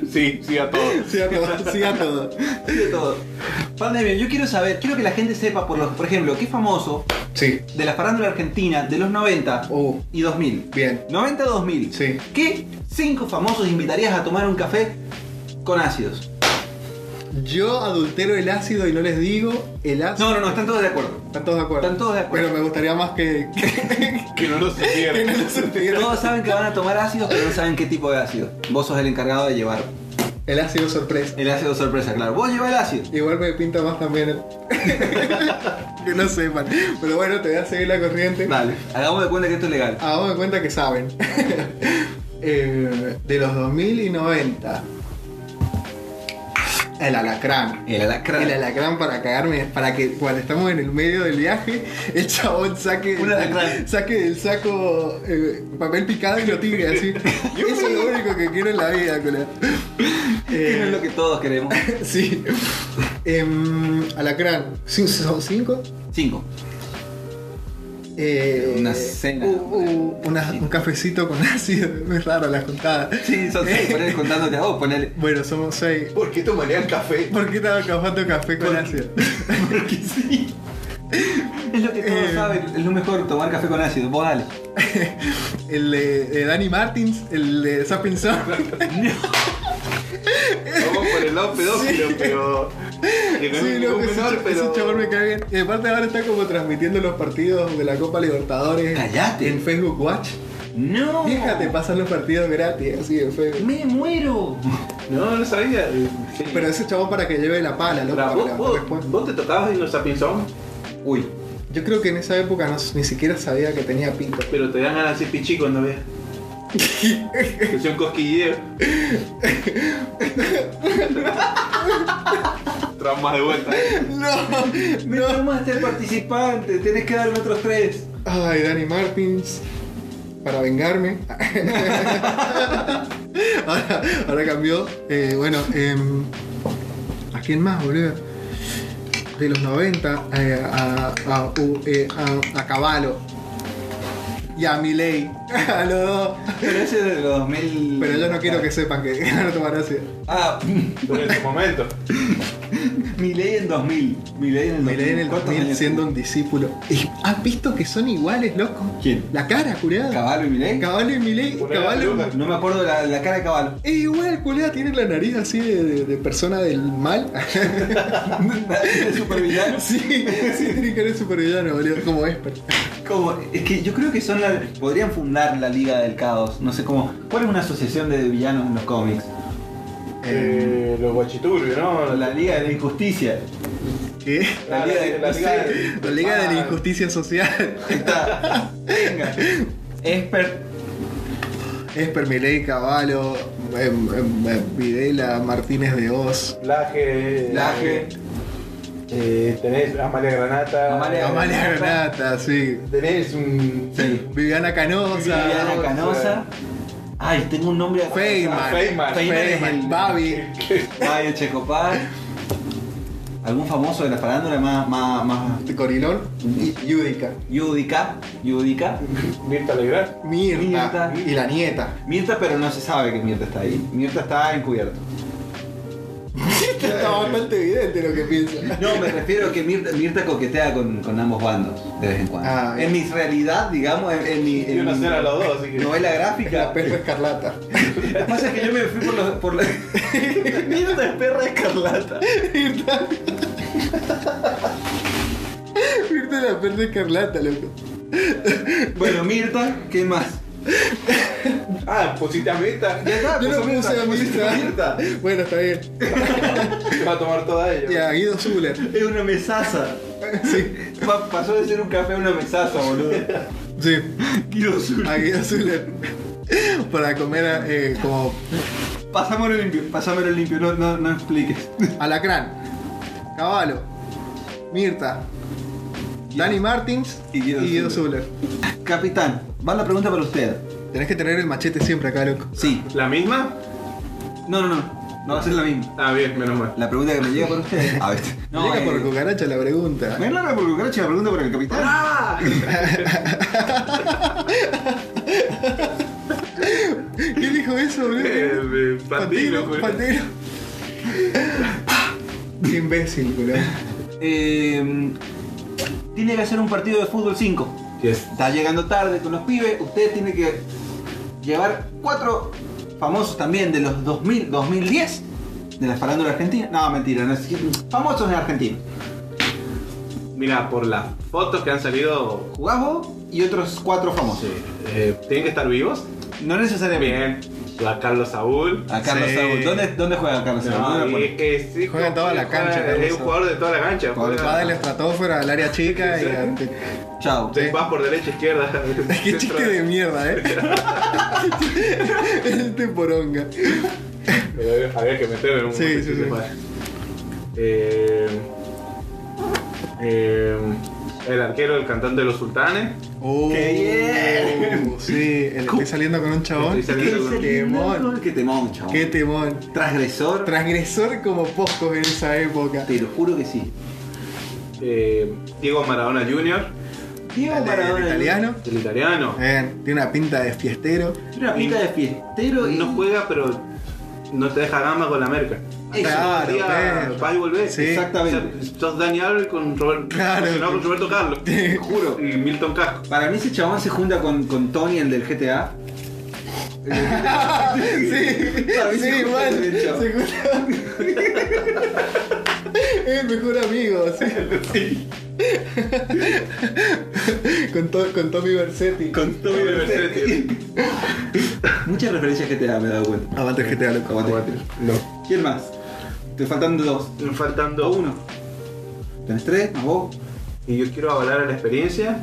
Speaker 1: Sí, sí a todos.
Speaker 3: Sí a todo. Sí a todo.
Speaker 4: De todo. Pandemio, yo quiero saber, quiero que la gente sepa, por, los, por ejemplo, qué famoso
Speaker 3: Sí.
Speaker 4: de la farándula argentina de los 90
Speaker 3: Uh.
Speaker 4: y 2000.
Speaker 3: Bien.
Speaker 4: 90 a 2000.
Speaker 3: Sí.
Speaker 4: ¿Qué cinco famosos invitarías a tomar un café con ácidos?
Speaker 3: Yo adultero el ácido y no les digo el ácido.
Speaker 4: No, no, no, están todos de acuerdo.
Speaker 3: Están todos de acuerdo.
Speaker 4: Están todos de acuerdo.
Speaker 3: Pero me gustaría más que. que,
Speaker 1: Que no lo
Speaker 3: que
Speaker 1: supieran.
Speaker 3: no lo supieran.
Speaker 4: Todos saben que van a tomar ácidos, pero no saben qué tipo de ácido. Vos sos el encargado de llevar.
Speaker 3: El ácido sorpresa.
Speaker 4: El ácido sorpresa, claro. Vos llevas el ácido.
Speaker 3: Igual me pinta más también el... que no sepan. Pero bueno, te voy a seguir la corriente.
Speaker 4: Dale. Hagamos de cuenta que esto es legal.
Speaker 3: Hagamos de cuenta que saben. Eh, de los 2000 y 90. El alacrán.
Speaker 4: El alacrán.
Speaker 3: El alacrán para cagarme, para que cuando estamos en el medio del viaje, el chabón saque,
Speaker 4: Un alacrán.
Speaker 3: saque del saco eh, papel picado y lo tire así. Eso es lo único que quiero en la vida, cola.
Speaker 4: Que no es
Speaker 3: Eh,
Speaker 4: lo que todos queremos.
Speaker 3: sí. Em, alacrán. Sí, ¿Son cinco?
Speaker 4: Cinco.
Speaker 3: Eh,
Speaker 4: Una cena.
Speaker 3: u- u- una- un cafecito con ácido. Es raro la juntada.
Speaker 4: Sí, son
Speaker 3: Eh.
Speaker 4: seis. Ponele contándote a vos, ponele.
Speaker 3: Bueno, somos seis.
Speaker 1: ¿Por qué tomarían café?
Speaker 3: ¿Por qué estaba tomando café con ácido?
Speaker 4: Porque sí. Es lo que todos
Speaker 3: Eh.
Speaker 4: saben. Es lo mejor tomar café con ácido. Vos dale.
Speaker 3: El de, de Danny Martins, el de Zapping Zone.
Speaker 1: Vamos por el lado pedófilo, pero. Que no pues, es
Speaker 3: Sí, no,
Speaker 1: ningún
Speaker 3: ese,
Speaker 1: menor,
Speaker 3: ch- ese
Speaker 1: pero.
Speaker 3: chabón me cae bien. Y aparte ahora está como transmitiendo los partidos de la Copa Libertadores
Speaker 4: Callate.
Speaker 3: en Facebook Watch.
Speaker 4: ¡No!
Speaker 3: Vieja, te pasan los partidos gratis, así de Facebook.
Speaker 4: ¡Me muero!
Speaker 1: No, no sabía. Sí.
Speaker 3: Pero ese chabón para que lleve la pala, loco, para
Speaker 1: Ahora, ¿vos,
Speaker 3: levantar
Speaker 1: vos-
Speaker 3: después.
Speaker 1: vos te tocabas en los sapinzón,
Speaker 4: Uy.
Speaker 3: Yo creo que en esa época no, ni siquiera sabía que tenía pinto.
Speaker 1: pero te dan ganas de pichí cuando veas. que son cosquilleos. Traumas de vuelta.
Speaker 3: No,
Speaker 4: Me tomaste el participante. Tenés que darme otros tres.
Speaker 3: Ay, Danny Martins. Para vengarme. ahora, ahora cambió. Eh, bueno, em, ¿a quién más, boludo? De los 90 eh, a, a, u- eh, a, a Caballo. Y a Miley. a los dos.
Speaker 4: Pero ese es de los 2000.
Speaker 3: Pero yo no quiero que sepan que van a tomar ácido.
Speaker 4: Ah,
Speaker 1: Pero en su momento.
Speaker 4: mi ley en 2000. Mi ley en el 2000.
Speaker 3: Miley en el
Speaker 4: ¿Cuántos
Speaker 3: 2000
Speaker 4: años
Speaker 3: siendo un discípulo. Y ¿Has visto que son iguales, loco?
Speaker 4: ¿Quién?
Speaker 3: La cara, curada.
Speaker 4: tuvo? ¿Caballo y mi ley?
Speaker 3: Caballo y Miley.
Speaker 1: Una
Speaker 3: Caballo.
Speaker 1: peluca.
Speaker 4: No me acuerdo la, la cara de caballo.
Speaker 3: Es igual, culea, tiene la nariz así de, de- de persona del mal.
Speaker 4: ¿Es supervillano?
Speaker 3: sí, sí, tiene cara de supervillano, boludo, como Esper.
Speaker 4: Como, es que yo creo que son la, podrían fundar la Liga del Caos. No sé cómo. ¿Cuál es una asociación de villanos en los cómics?
Speaker 1: Eh, los guachiturbios, ¿no?
Speaker 4: La Liga de la Injusticia.
Speaker 3: ¿Qué?
Speaker 4: la Liga de- sí.
Speaker 3: La Liga de la
Speaker 1: Ah,
Speaker 3: Injusticia Social.
Speaker 4: Ahí está. Venga. Esper.
Speaker 3: Esper, Milei, Caballo, em, em, em, Videla, Martínez de Oz.
Speaker 1: Laje.
Speaker 4: Laje.
Speaker 1: Eh, tenés Amalia Granata.
Speaker 4: Amalia-
Speaker 3: Amalia Granata, sí.
Speaker 1: Tenés un.
Speaker 4: Sí.
Speaker 3: Viviana Canosa.
Speaker 4: Viviana Canosa. Ay, tengo un nombre.
Speaker 3: Feynman.
Speaker 1: Feynman.
Speaker 4: Feynman es el-
Speaker 3: Babi.
Speaker 4: Mario Checopar. ¿Algún famoso de la farándula más. más, más...
Speaker 3: Corilón. Y Yudica.
Speaker 4: Yudica. Yudica.
Speaker 1: Mirta Legrand.
Speaker 3: Mirta.
Speaker 4: Mirta.
Speaker 3: Y la nieta.
Speaker 4: Mirta, pero no se sabe que Mirta está ahí. Mirta está encubierto.
Speaker 3: Está bastante evidente lo que piensa.
Speaker 4: No, me refiero que Mirta, Mirta coquetea con, con ambos bandos de vez en cuando.
Speaker 3: Ah,
Speaker 4: en mi realidad, digamos, en, en mi, en
Speaker 1: Yo no
Speaker 4: mi
Speaker 1: sé a los dos, así que.
Speaker 4: novela
Speaker 3: La
Speaker 4: gráfica.
Speaker 3: perra escarlata.
Speaker 4: Lo que pasa es que yo me fui por, los, por la... Mirta es perra escarlata.
Speaker 3: Mirta. Mirta la perra escarlata, loco.
Speaker 4: Bueno, Mirta, ¿qué más?
Speaker 1: Ah, pusiste a Mirta.
Speaker 4: Ya está,
Speaker 3: Yo no
Speaker 4: puso
Speaker 3: puse a
Speaker 4: puso
Speaker 3: Ah, pues, Mirta. Bueno, está bien.
Speaker 1: Se va a tomar toda ella.
Speaker 3: Y a Guido Zuller.
Speaker 4: Es una mesaza.
Speaker 3: Sí,
Speaker 4: Pa- pasó de ser un café a una mesaza, boludo.
Speaker 3: sí.
Speaker 4: Quiero sur.
Speaker 3: A Guido Zuller. Para comer eh, como
Speaker 4: Pasámoslo limpio, pasámoslo limpio, no, no, no expliques.
Speaker 3: alacrán. Caballo. Mirta. Danny Martins
Speaker 4: Y
Speaker 3: y
Speaker 4: Guido
Speaker 3: Guido,
Speaker 4: Zuller.
Speaker 3: Zuller.
Speaker 4: Capitán, va la pregunta para usted.
Speaker 3: Tenés que tener el machete siempre acá, loco.
Speaker 4: Sí.
Speaker 1: ¿La misma?
Speaker 4: No, no, no. No va a ser la misma.
Speaker 1: Ah, bien, menos mal.
Speaker 4: La pregunta que me llega por usted. A ver.
Speaker 3: Llega
Speaker 4: eh.
Speaker 3: por cucaracha la pregunta.
Speaker 4: Me larga por cucaracha la pregunta por el capitán.
Speaker 1: ¡Ah!
Speaker 3: ¿Quién dijo eso, boludo?
Speaker 1: El Pantino, güey.
Speaker 3: Pantero. Qué imbécil, boludo.
Speaker 4: Eh, tiene que hacer un partido de fútbol 5.
Speaker 1: Yes.
Speaker 4: Está llegando tarde con los pibes. Usted tiene que llevar cuatro famosos también de los 2000, 2010 de la farándula argentina. No, mentira. No es, famosos en Argentina.
Speaker 1: Mira, por las fotos que han salido.
Speaker 4: Jugás vos y otros cuatro famosos.
Speaker 1: eh, ¿Tienen que estar vivos?
Speaker 4: No necesariamente.
Speaker 1: Bien. a Carlos Saúl.
Speaker 4: A Carlos
Speaker 6: Sí.
Speaker 4: Saúl. ¿Dónde, ¿Dónde juega Carlos Saúl? ¿Dónde lo
Speaker 1: No, y
Speaker 4: pone?
Speaker 1: es que sí,
Speaker 3: Juega en toda la cancha,
Speaker 1: Es
Speaker 3: Carlos
Speaker 1: un
Speaker 3: Saúl.
Speaker 1: jugador de toda la cancha.
Speaker 4: Juega-
Speaker 1: juega-
Speaker 3: Va de la estratosfera al área chica y a-
Speaker 4: Chao.
Speaker 1: Sí, vas por derecha, izquierda.
Speaker 3: Qué
Speaker 1: centro.
Speaker 3: chiste de mierda, eh. este poronga.
Speaker 1: Pero Había que meterme en un
Speaker 3: Sí,
Speaker 1: momento
Speaker 3: sí,
Speaker 1: que
Speaker 3: sí.
Speaker 1: se falla. Eh, eh, el arquero, el cantante de los sultanes.
Speaker 3: Oh,
Speaker 4: ¡Qué bien!
Speaker 3: Sí, el- estoy saliendo con un chabón.
Speaker 1: Estoy saliendo con-
Speaker 3: Qué temón.
Speaker 4: Qué temón, chao.
Speaker 3: Qué temón.
Speaker 4: Transgresor.
Speaker 3: Transgresor como pocos en esa época.
Speaker 4: Te lo juro que sí.
Speaker 1: eh, Diego Maradona Jr.,
Speaker 4: Diego
Speaker 3: El- el
Speaker 4: Maradona.
Speaker 3: italiano.
Speaker 1: el italiano.
Speaker 3: Bien, tiene una pinta de fiestero.
Speaker 4: Tiene una pinta de fiestero y
Speaker 1: No juega, pero no te deja gamba con la merca.
Speaker 4: Eso,
Speaker 3: Claro, perro.
Speaker 1: Vas y volvés.
Speaker 3: Sí.
Speaker 1: O sea,
Speaker 4: Exactamente.
Speaker 1: sos Dani Alves con Robert,
Speaker 3: Claro.
Speaker 1: relacionado con Roberto Carlos.
Speaker 4: Te juro.
Speaker 1: Y Milton Casco.
Speaker 4: Para mí ese chabón se junta con, con Tony, el del GTA.
Speaker 3: Sí,
Speaker 4: Claro,
Speaker 3: sí,
Speaker 4: se junta
Speaker 3: igual.
Speaker 4: con el chavo.
Speaker 3: Se junta- Es el mejor amigo, sí. con, to- con Tommy Versetti.
Speaker 4: Con
Speaker 1: Tommy Versetti.
Speaker 4: Muchas referencias GTA me he dado cuenta.
Speaker 3: Aguante el GTA, loco.
Speaker 4: Aguante.
Speaker 3: No.
Speaker 4: ¿Quién más? Te faltan dos.
Speaker 1: Faltando
Speaker 4: O uno. ¿Tenés tres? ¿Más vos?
Speaker 1: Y yo quiero avalar a la experiencia.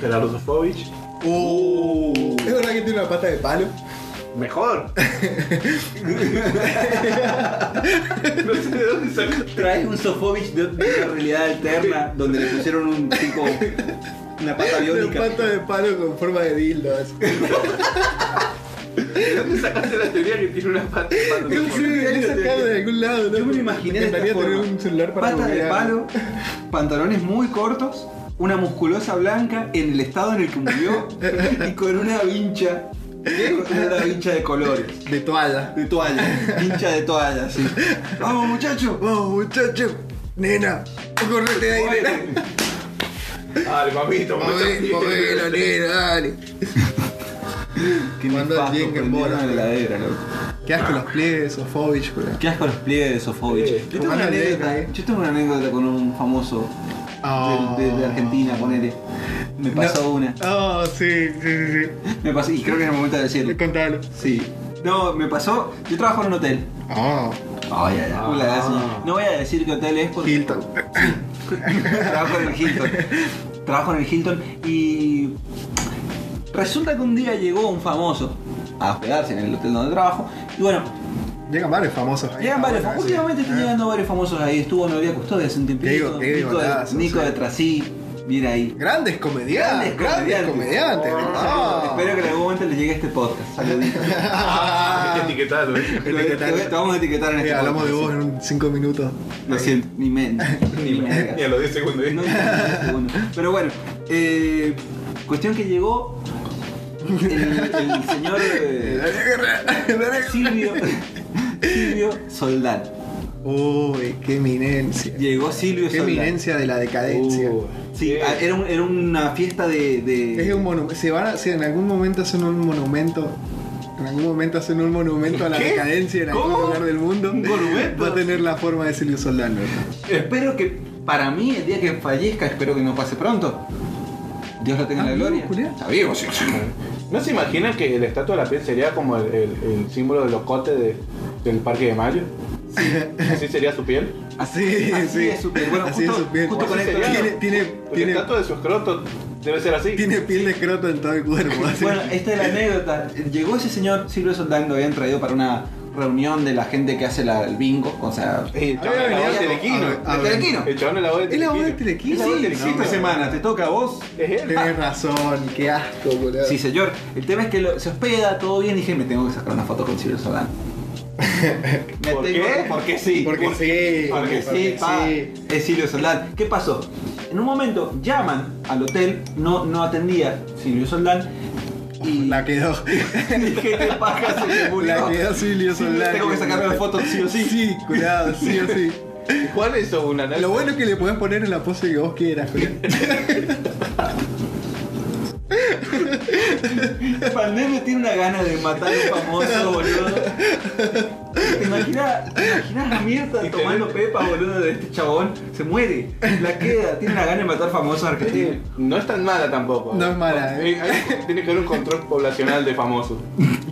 Speaker 1: Gerardo Sofovich.
Speaker 3: Uh, ¿Es verdad que tiene una pata de palo?
Speaker 1: Mejor. no sé de dónde sacó.
Speaker 4: Traes un Sofovich de una realidad alterna donde le pusieron un tipo. Una pata
Speaker 3: Una
Speaker 4: biónica.
Speaker 3: pata de palo con forma de dildo. así.
Speaker 1: ¿De dónde sacaste la teoría que tiene una pata de palo?
Speaker 3: No sé,
Speaker 4: sí,
Speaker 3: debe
Speaker 4: sí,
Speaker 3: sacar
Speaker 4: sí.
Speaker 3: de algún lado, ¿no?
Speaker 4: Yo me lo imaginé
Speaker 3: Me
Speaker 4: de esta
Speaker 3: encantaría tener
Speaker 4: forma.
Speaker 3: un celular para
Speaker 4: Pata de
Speaker 3: googlear.
Speaker 4: palo, pantalones muy cortos, una musculosa blanca en el estado en el que murió y con una vincha. Con una vincha de colores.
Speaker 3: De toalla.
Speaker 4: De toalla, vincha de toalla, sí. Vamos muchachos.
Speaker 3: Vamos, muchachos. Nena, correte de ahí, nena.
Speaker 1: Dale, papito,
Speaker 3: Mover,
Speaker 1: papito.
Speaker 3: movelo, nena, dale.
Speaker 4: Que
Speaker 3: Cuando
Speaker 4: nefasto,
Speaker 3: lleguen
Speaker 4: prendieron
Speaker 3: bolas.
Speaker 4: la heladera, loco.
Speaker 3: Qué asco los pliegues, Sofovich, boludo.
Speaker 4: ¿Qué asco los pliegues de Sofovich?
Speaker 1: Sí,
Speaker 4: yo, tengo una
Speaker 3: tomando el
Speaker 4: anécdota,
Speaker 3: deca, eh.
Speaker 4: yo tengo una anécdota con un famoso
Speaker 3: Ah.
Speaker 4: de, de- de Argentina, ponele. Me pasó
Speaker 3: No.
Speaker 4: una.
Speaker 3: Ah, sí, sí, sí, sí.
Speaker 4: Me pasó, y creo que es el momento de decirlo.
Speaker 3: Contalo.
Speaker 4: Sí. No, me pasó. Yo trabajo en un hotel.
Speaker 3: Ah,
Speaker 4: Ay, ay, ay.
Speaker 1: Ah.
Speaker 4: Hola, sí. No voy a decir qué hotel es porque.
Speaker 3: Hilton.
Speaker 4: Trabajo en el Hilton. Trabajo en el Hilton y. Resulta que un día llegó un famoso a hospedarse en el hotel donde trabajo. Y bueno,
Speaker 3: Llegan varios famosos. ahí.
Speaker 4: llegan
Speaker 3: Ah,
Speaker 4: varios
Speaker 3: bueno,
Speaker 4: famosos.
Speaker 3: sí.
Speaker 4: Últimamente están
Speaker 3: Ah.
Speaker 4: llegando varios famosos ahí. Estuvo Noelia Custodia hace un tiempito.
Speaker 3: Diego- Diego
Speaker 4: Nico,
Speaker 3: Tazo,
Speaker 4: Nico
Speaker 3: sí.
Speaker 4: de Trasí. Viene ahí.
Speaker 3: Grandes comediantes, grandes
Speaker 4: Grandes Oh,
Speaker 3: comediantes. Ah.
Speaker 4: Espero que en algún momento les llegue este podcast. Saluditos.
Speaker 1: Hay que
Speaker 3: Ah.
Speaker 1: etiquetarlo, eh.
Speaker 4: Te, te- te vamos a etiquetar en
Speaker 3: Eh,
Speaker 4: este
Speaker 3: hablamos de
Speaker 4: podcast,
Speaker 3: vos
Speaker 4: sí.
Speaker 3: en 5 minutos.
Speaker 4: Lo siento, ni menos.
Speaker 1: Ni, me- ni a los 10 segundos. eh.
Speaker 4: No, no, no, no. Pero bueno, eh, cuestión que llegó el, el señor eh, Silvio, Silvio Soldán.
Speaker 3: Uy, qué eminencia.
Speaker 4: Llegó Silvio
Speaker 3: Qué
Speaker 4: Soldán.
Speaker 3: eminencia de la decadencia.
Speaker 1: Uh,
Speaker 4: Sí,
Speaker 1: bien.
Speaker 4: a- era, un- era una fiesta de... de-
Speaker 3: Es un monumento. Si, van a- si en algún momento hacen un monumento. En algún momento hacen un monumento a la
Speaker 1: ¿Qué?
Speaker 3: decadencia en algún
Speaker 1: ¿Cómo?
Speaker 3: lugar del mundo.
Speaker 1: ¿Un monumento?
Speaker 3: Va a tener la forma de Silvio Soldán, ¿verdad?
Speaker 4: Espero que para mí, el día que fallezca, espero que no pase pronto. Dios lo tenga en la
Speaker 3: Ah,
Speaker 4: gloria.
Speaker 3: Julián.
Speaker 4: Está vivo, sí.
Speaker 1: ¿No se imaginan que la estatua de la piel sería como el, el- el símbolo de los cotes de- del Parque de Mayo? Así sería su piel.
Speaker 3: Así,
Speaker 4: así
Speaker 3: Ah, sí.
Speaker 4: es su piel. Bueno,
Speaker 3: así
Speaker 4: justo-
Speaker 3: es su piel.
Speaker 4: justo con
Speaker 1: esto-
Speaker 3: Tiene, tiene,
Speaker 1: Porque
Speaker 3: tiene,
Speaker 1: la estatua de su escroto debe ser así.
Speaker 3: tiene piel de escroto en todo el cuerpo. así.
Speaker 4: Bueno, esta es la anécdota. Llegó ese señor Silvio Soldán, lo habían traído para una reunión de la gente que hace la- el bingo. O sea,
Speaker 1: Eh, El chabón
Speaker 3: Había
Speaker 1: es la voz
Speaker 3: venido
Speaker 1: de
Speaker 3: con-
Speaker 1: Telequino.
Speaker 3: a ver,
Speaker 4: ¿De Telequino?
Speaker 1: El chabón es la voz de
Speaker 3: Es la voz de
Speaker 4: Sí,
Speaker 3: Telequino.
Speaker 1: Es la voz de Telequino. Eh.
Speaker 4: esta semana, te toca a vos.
Speaker 1: Es él.
Speaker 3: Tenés razón, qué asco, boludo.
Speaker 4: Ah. Sí, señor. El tema es que lo- se hospeda, todo bien. Dije, me tengo que sacar una foto con Silvio Soldán. Me
Speaker 1: ¿Por
Speaker 4: tengo-
Speaker 1: qué?
Speaker 4: Porque sí.
Speaker 3: Porque sí,
Speaker 4: Porque sí, pa. Es Silvio Soldán. ¿Qué pasó? En un momento llaman al hotel, no, no atendía Silvio Soldán. Y
Speaker 3: La quedó.
Speaker 4: dije, ¿qué paja se me murió?
Speaker 3: La quedó Silvio
Speaker 4: Sí,
Speaker 3: Soldán.
Speaker 4: Tengo que sacarme la foto sí o sí.
Speaker 3: Sí, cuidado, sí o sí.
Speaker 1: ¿Cuál es eso? Una
Speaker 3: Lo bueno es que le podés poner en la pose que vos quieras, Julián.
Speaker 4: Pandemia tiene una gana de matar a un famoso, boludo. ¿Te imaginas, te imaginas la mierda
Speaker 1: Y tener-
Speaker 4: tomando pepa, boludo, de este chabón? Se muere. La queda. Tiene la gana de matar famosos argentinos.
Speaker 1: Eh, No es tan mala tampoco.
Speaker 3: No es mala, eh.
Speaker 1: Eh, hay- tiene que haber un control poblacional de famosos.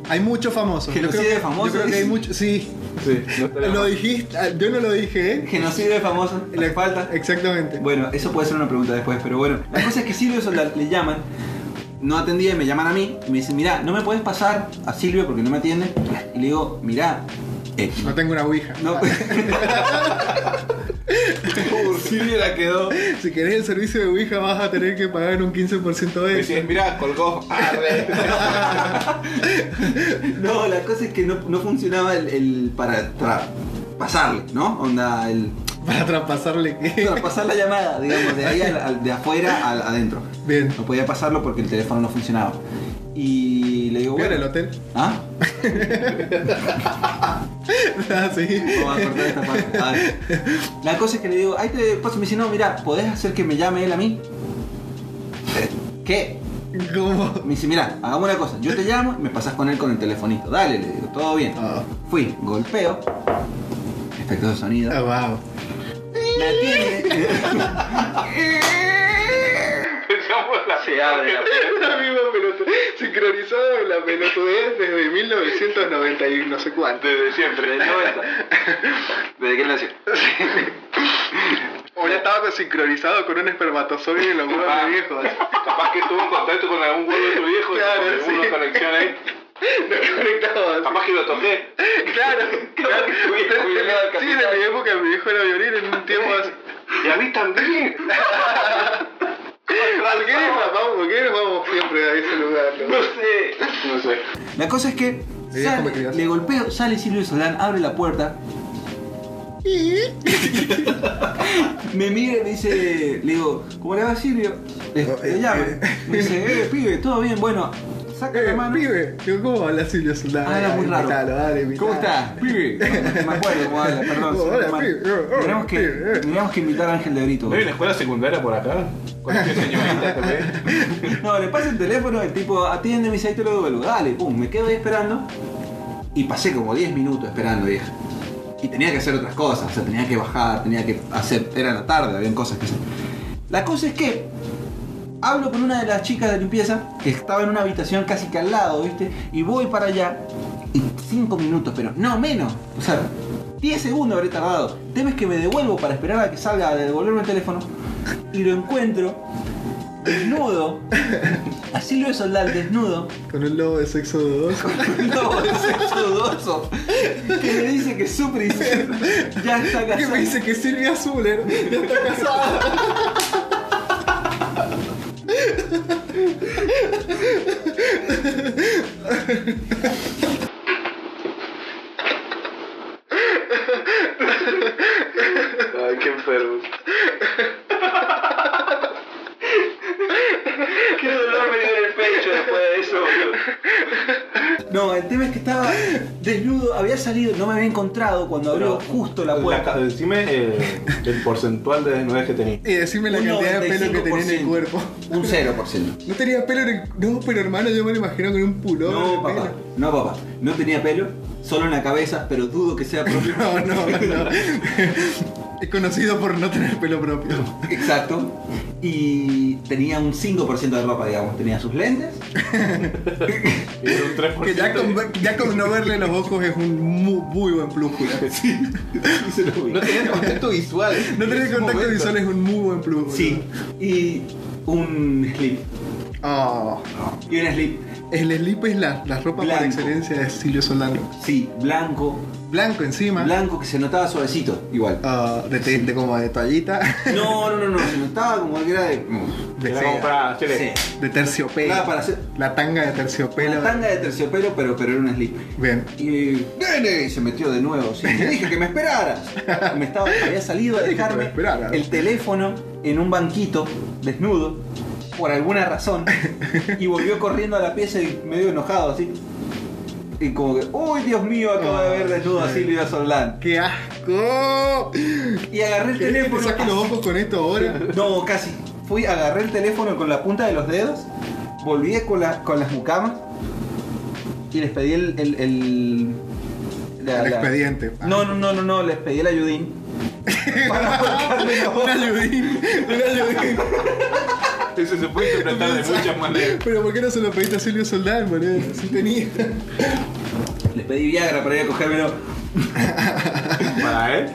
Speaker 3: Hay muchos famosos. Yo
Speaker 4: Genocidio
Speaker 3: creo-
Speaker 4: de famosos.
Speaker 3: Yo creo que hay muchos. Sí.
Speaker 1: Sí, no estaría
Speaker 3: Lo
Speaker 1: mal.
Speaker 3: dijiste. ah, Yo no lo dije, ¿eh?
Speaker 4: Genocidio de famosos. Le falta.
Speaker 3: Exactamente.
Speaker 4: Bueno, eso puede ser una pregunta después, pero bueno. La cosa es que Silvio Soldán le llaman, no atendía y me llaman a mí y me dicen, mirá, no me puedes pasar a Silvio porque no me atiende. Y le digo, mirá, eh,
Speaker 3: No tengo una ouija. Ah,
Speaker 4: no. Silvio la quedó.
Speaker 3: Si querés el servicio de ouija vas a tener que pagar un 15% de eso.
Speaker 1: Decías, mirá, colgó. Arre.
Speaker 4: No, la cosa es que no, no funcionaba el, el para, para pasarle, ¿no? Onda, el,
Speaker 3: Para traspasarle que.
Speaker 4: para pasar la llamada, digamos, de ahí al- al- de afuera al, adentro.
Speaker 3: Bien.
Speaker 4: No podía pasarlo porque el teléfono no funcionaba. Y le digo,
Speaker 3: ¿Vieron
Speaker 4: bueno,
Speaker 3: el hotel?
Speaker 4: ¿Ah?
Speaker 3: Ah, sí.
Speaker 4: Vamos a cortar esta parte. A ver. La cosa es que le digo, ahí te paso, me dice, no, mira, ¿podés hacer que me llame él a mí? ¿Qué?
Speaker 3: ¿Cómo?
Speaker 4: Me dice, mira, hagamos una cosa, yo te llamo y me pasas con él con el telefonito. Dale, le digo, todo bien.
Speaker 3: Ah.
Speaker 4: Fui, golpeo, efecto de sonido.
Speaker 3: Ah, wow.
Speaker 4: Me atiende.
Speaker 7: Se abre la
Speaker 3: La misma pelota. Sincronizado en la pelotudez desde 1990 y no sé cuánto.
Speaker 7: Desde siempre, desde Desde que él nació.
Speaker 3: O ya estaba sincronizado con un espermatozoide en los huevos
Speaker 1: Ah.
Speaker 3: de viejos.
Speaker 1: Capaz que tuvo un contacto con algún huevo de tu viejo
Speaker 3: Claro,
Speaker 1: y hubo
Speaker 3: sí.
Speaker 1: una conexión ahí.
Speaker 3: Desconectados.
Speaker 1: Capaz que lo toqué.
Speaker 3: Claro, claro. Sí, de mi época mi viejo era violín en un tiempo así.
Speaker 1: Y a mí también.
Speaker 3: ¿Por qué nos vamos? ¿Por qué nos vamos siempre a ese lugar? no?
Speaker 1: No sé.
Speaker 4: La cosa es que
Speaker 3: Mi viejo me
Speaker 4: sale,
Speaker 3: crió así.
Speaker 4: le golpeo, sale Silvio Solán, abre la puerta. me mira y me dice, le digo, ¿cómo le va Silvio? Le, le llamo. Me dice, eh, pibe, todo bien, bueno, saca la
Speaker 3: Eh,
Speaker 4: mano.
Speaker 3: pibe, digo, ¿cómo habla Silvio Soldán?
Speaker 4: Ah, era muy raro.
Speaker 3: Invitalo, dale, invitalo.
Speaker 4: ¿Cómo estás? Pibe. No, no me acuerdo cómo habla, perdón.
Speaker 3: Hola,
Speaker 4: soy mal.
Speaker 3: pibe, hola,
Speaker 4: Tenemos que,
Speaker 3: pibe, eh.
Speaker 4: tenemos que invitar a Ángel de Brito.
Speaker 1: ¿No hay una escuela secundaria por acá? Con este señorita también.
Speaker 4: No, le pasa el teléfono, el tipo atiende, me dice, ahí te lo devuelvo. Dale, pum, me quedo ahí esperando. Y pasé como 10 minutos esperando, vieja. Y tenía que hacer otras cosas, o sea, tenía que bajar, tenía que hacer. Era la tarde, habían cosas que hacer. La cosa es que hablo con una de las chicas de limpieza que estaba en una habitación casi que al lado, ¿viste? Y voy para allá y 5 minutos, pero no menos. O sea, 10 segundos habré tardado. Temes que me devuelvo para esperar a que salga de devolverme el teléfono y lo encuentro desnudo. A Silvio Soldal desnudo,
Speaker 3: Con un lobo de sexo dudoso.
Speaker 4: con un lobo de sexo dudoso, que me dice que su princesa ya está
Speaker 3: Que me
Speaker 4: casada.
Speaker 3: dice que Silvia Zuller ya está casada.
Speaker 1: Ay, qué enfermo.
Speaker 7: Qué dolor me dio en el pecho después de eso, boludo.
Speaker 4: No, el tema es que estaba desnudo, había salido, no me había encontrado cuando abrió justo la puerta.
Speaker 1: Decime eh, el porcentual de desnudez que tenía.
Speaker 3: Y decime la
Speaker 4: Un
Speaker 3: cantidad de pelo que tenía en el
Speaker 4: 95%.
Speaker 3: cuerpo.
Speaker 4: Un 0%.
Speaker 3: No tenía pelo en el... No, pero hermano, yo me lo imagino con un pulón.
Speaker 4: No, papá. No, papá. No tenía pelo, solo en la cabeza, pero dudo que sea propio.
Speaker 3: No, no, no. Es conocido por no tener pelo propio.
Speaker 4: Exacto. Y tenía un 5% de ropa, digamos. Tenía sus lentes.
Speaker 1: Y era un 3%.
Speaker 3: Que ya
Speaker 4: eh.
Speaker 3: con, ya con no verle los ojos es un muy, muy buen plúscula.
Speaker 4: y se los vi.
Speaker 1: No tenía contacto visual.
Speaker 3: No
Speaker 1: En
Speaker 3: tener
Speaker 1: ese
Speaker 3: contacto
Speaker 1: momento.
Speaker 3: visual es un muy buen plúscula.
Speaker 4: Sí. Y un slip.
Speaker 3: Oh.
Speaker 4: Y un slip,
Speaker 3: El slip es la, la ropa
Speaker 4: Blanco.
Speaker 3: por excelencia de Silvio Soldano.
Speaker 4: sí, blanco.
Speaker 3: Blanco encima.
Speaker 4: Blanco que se notaba suavecito, igual.
Speaker 3: Ah, de, te- de como de toallita.
Speaker 4: No, no, no, no. Se notaba como que era de.
Speaker 3: De,
Speaker 1: Era
Speaker 3: seda,
Speaker 1: como para chile.
Speaker 4: Sí.
Speaker 3: de terciopelo.
Speaker 4: Nada para hacer.
Speaker 3: La tanga de terciopelo.
Speaker 4: Una tanga de terciopelo, pero, pero era un slip.
Speaker 3: Bien.
Speaker 4: Y ¡Nene! y se metió de nuevo. Sí, te dije que me esperaras. Me estaba, había salido a
Speaker 3: Te dije que me
Speaker 4: dejarme
Speaker 3: esperaras.
Speaker 4: el teléfono en un banquito, desnudo, por alguna razón. Y volvió corriendo a la pieza y medio enojado así. Y como que, uy Dios mío, acabo de ver desnudo a
Speaker 3: Ah,
Speaker 4: Silvia Solán.
Speaker 3: ¡Qué asco!
Speaker 4: Y agarré
Speaker 3: ¿Querés
Speaker 4: el
Speaker 3: que
Speaker 4: teléfono.
Speaker 3: te saque los ojos con esto ahora?
Speaker 4: No, casi. Fui, agarré el teléfono con la punta de los dedos, volví con, la- con las mucamas y les pedí el, el- el- la-
Speaker 3: El
Speaker 4: la-
Speaker 3: expediente.
Speaker 4: No, no, no, no, no, les pedí el ayudín. Para volcarme los-
Speaker 3: Ah, Un ayudín, un ayudín.
Speaker 1: Eso se puede interpretar de muchas maneras.
Speaker 3: Pero ¿por qué no se lo pediste a Silvio Soldán, boludo? Si tenía.
Speaker 4: Les pedí Viagra para ir a cogérmelo
Speaker 1: Para él.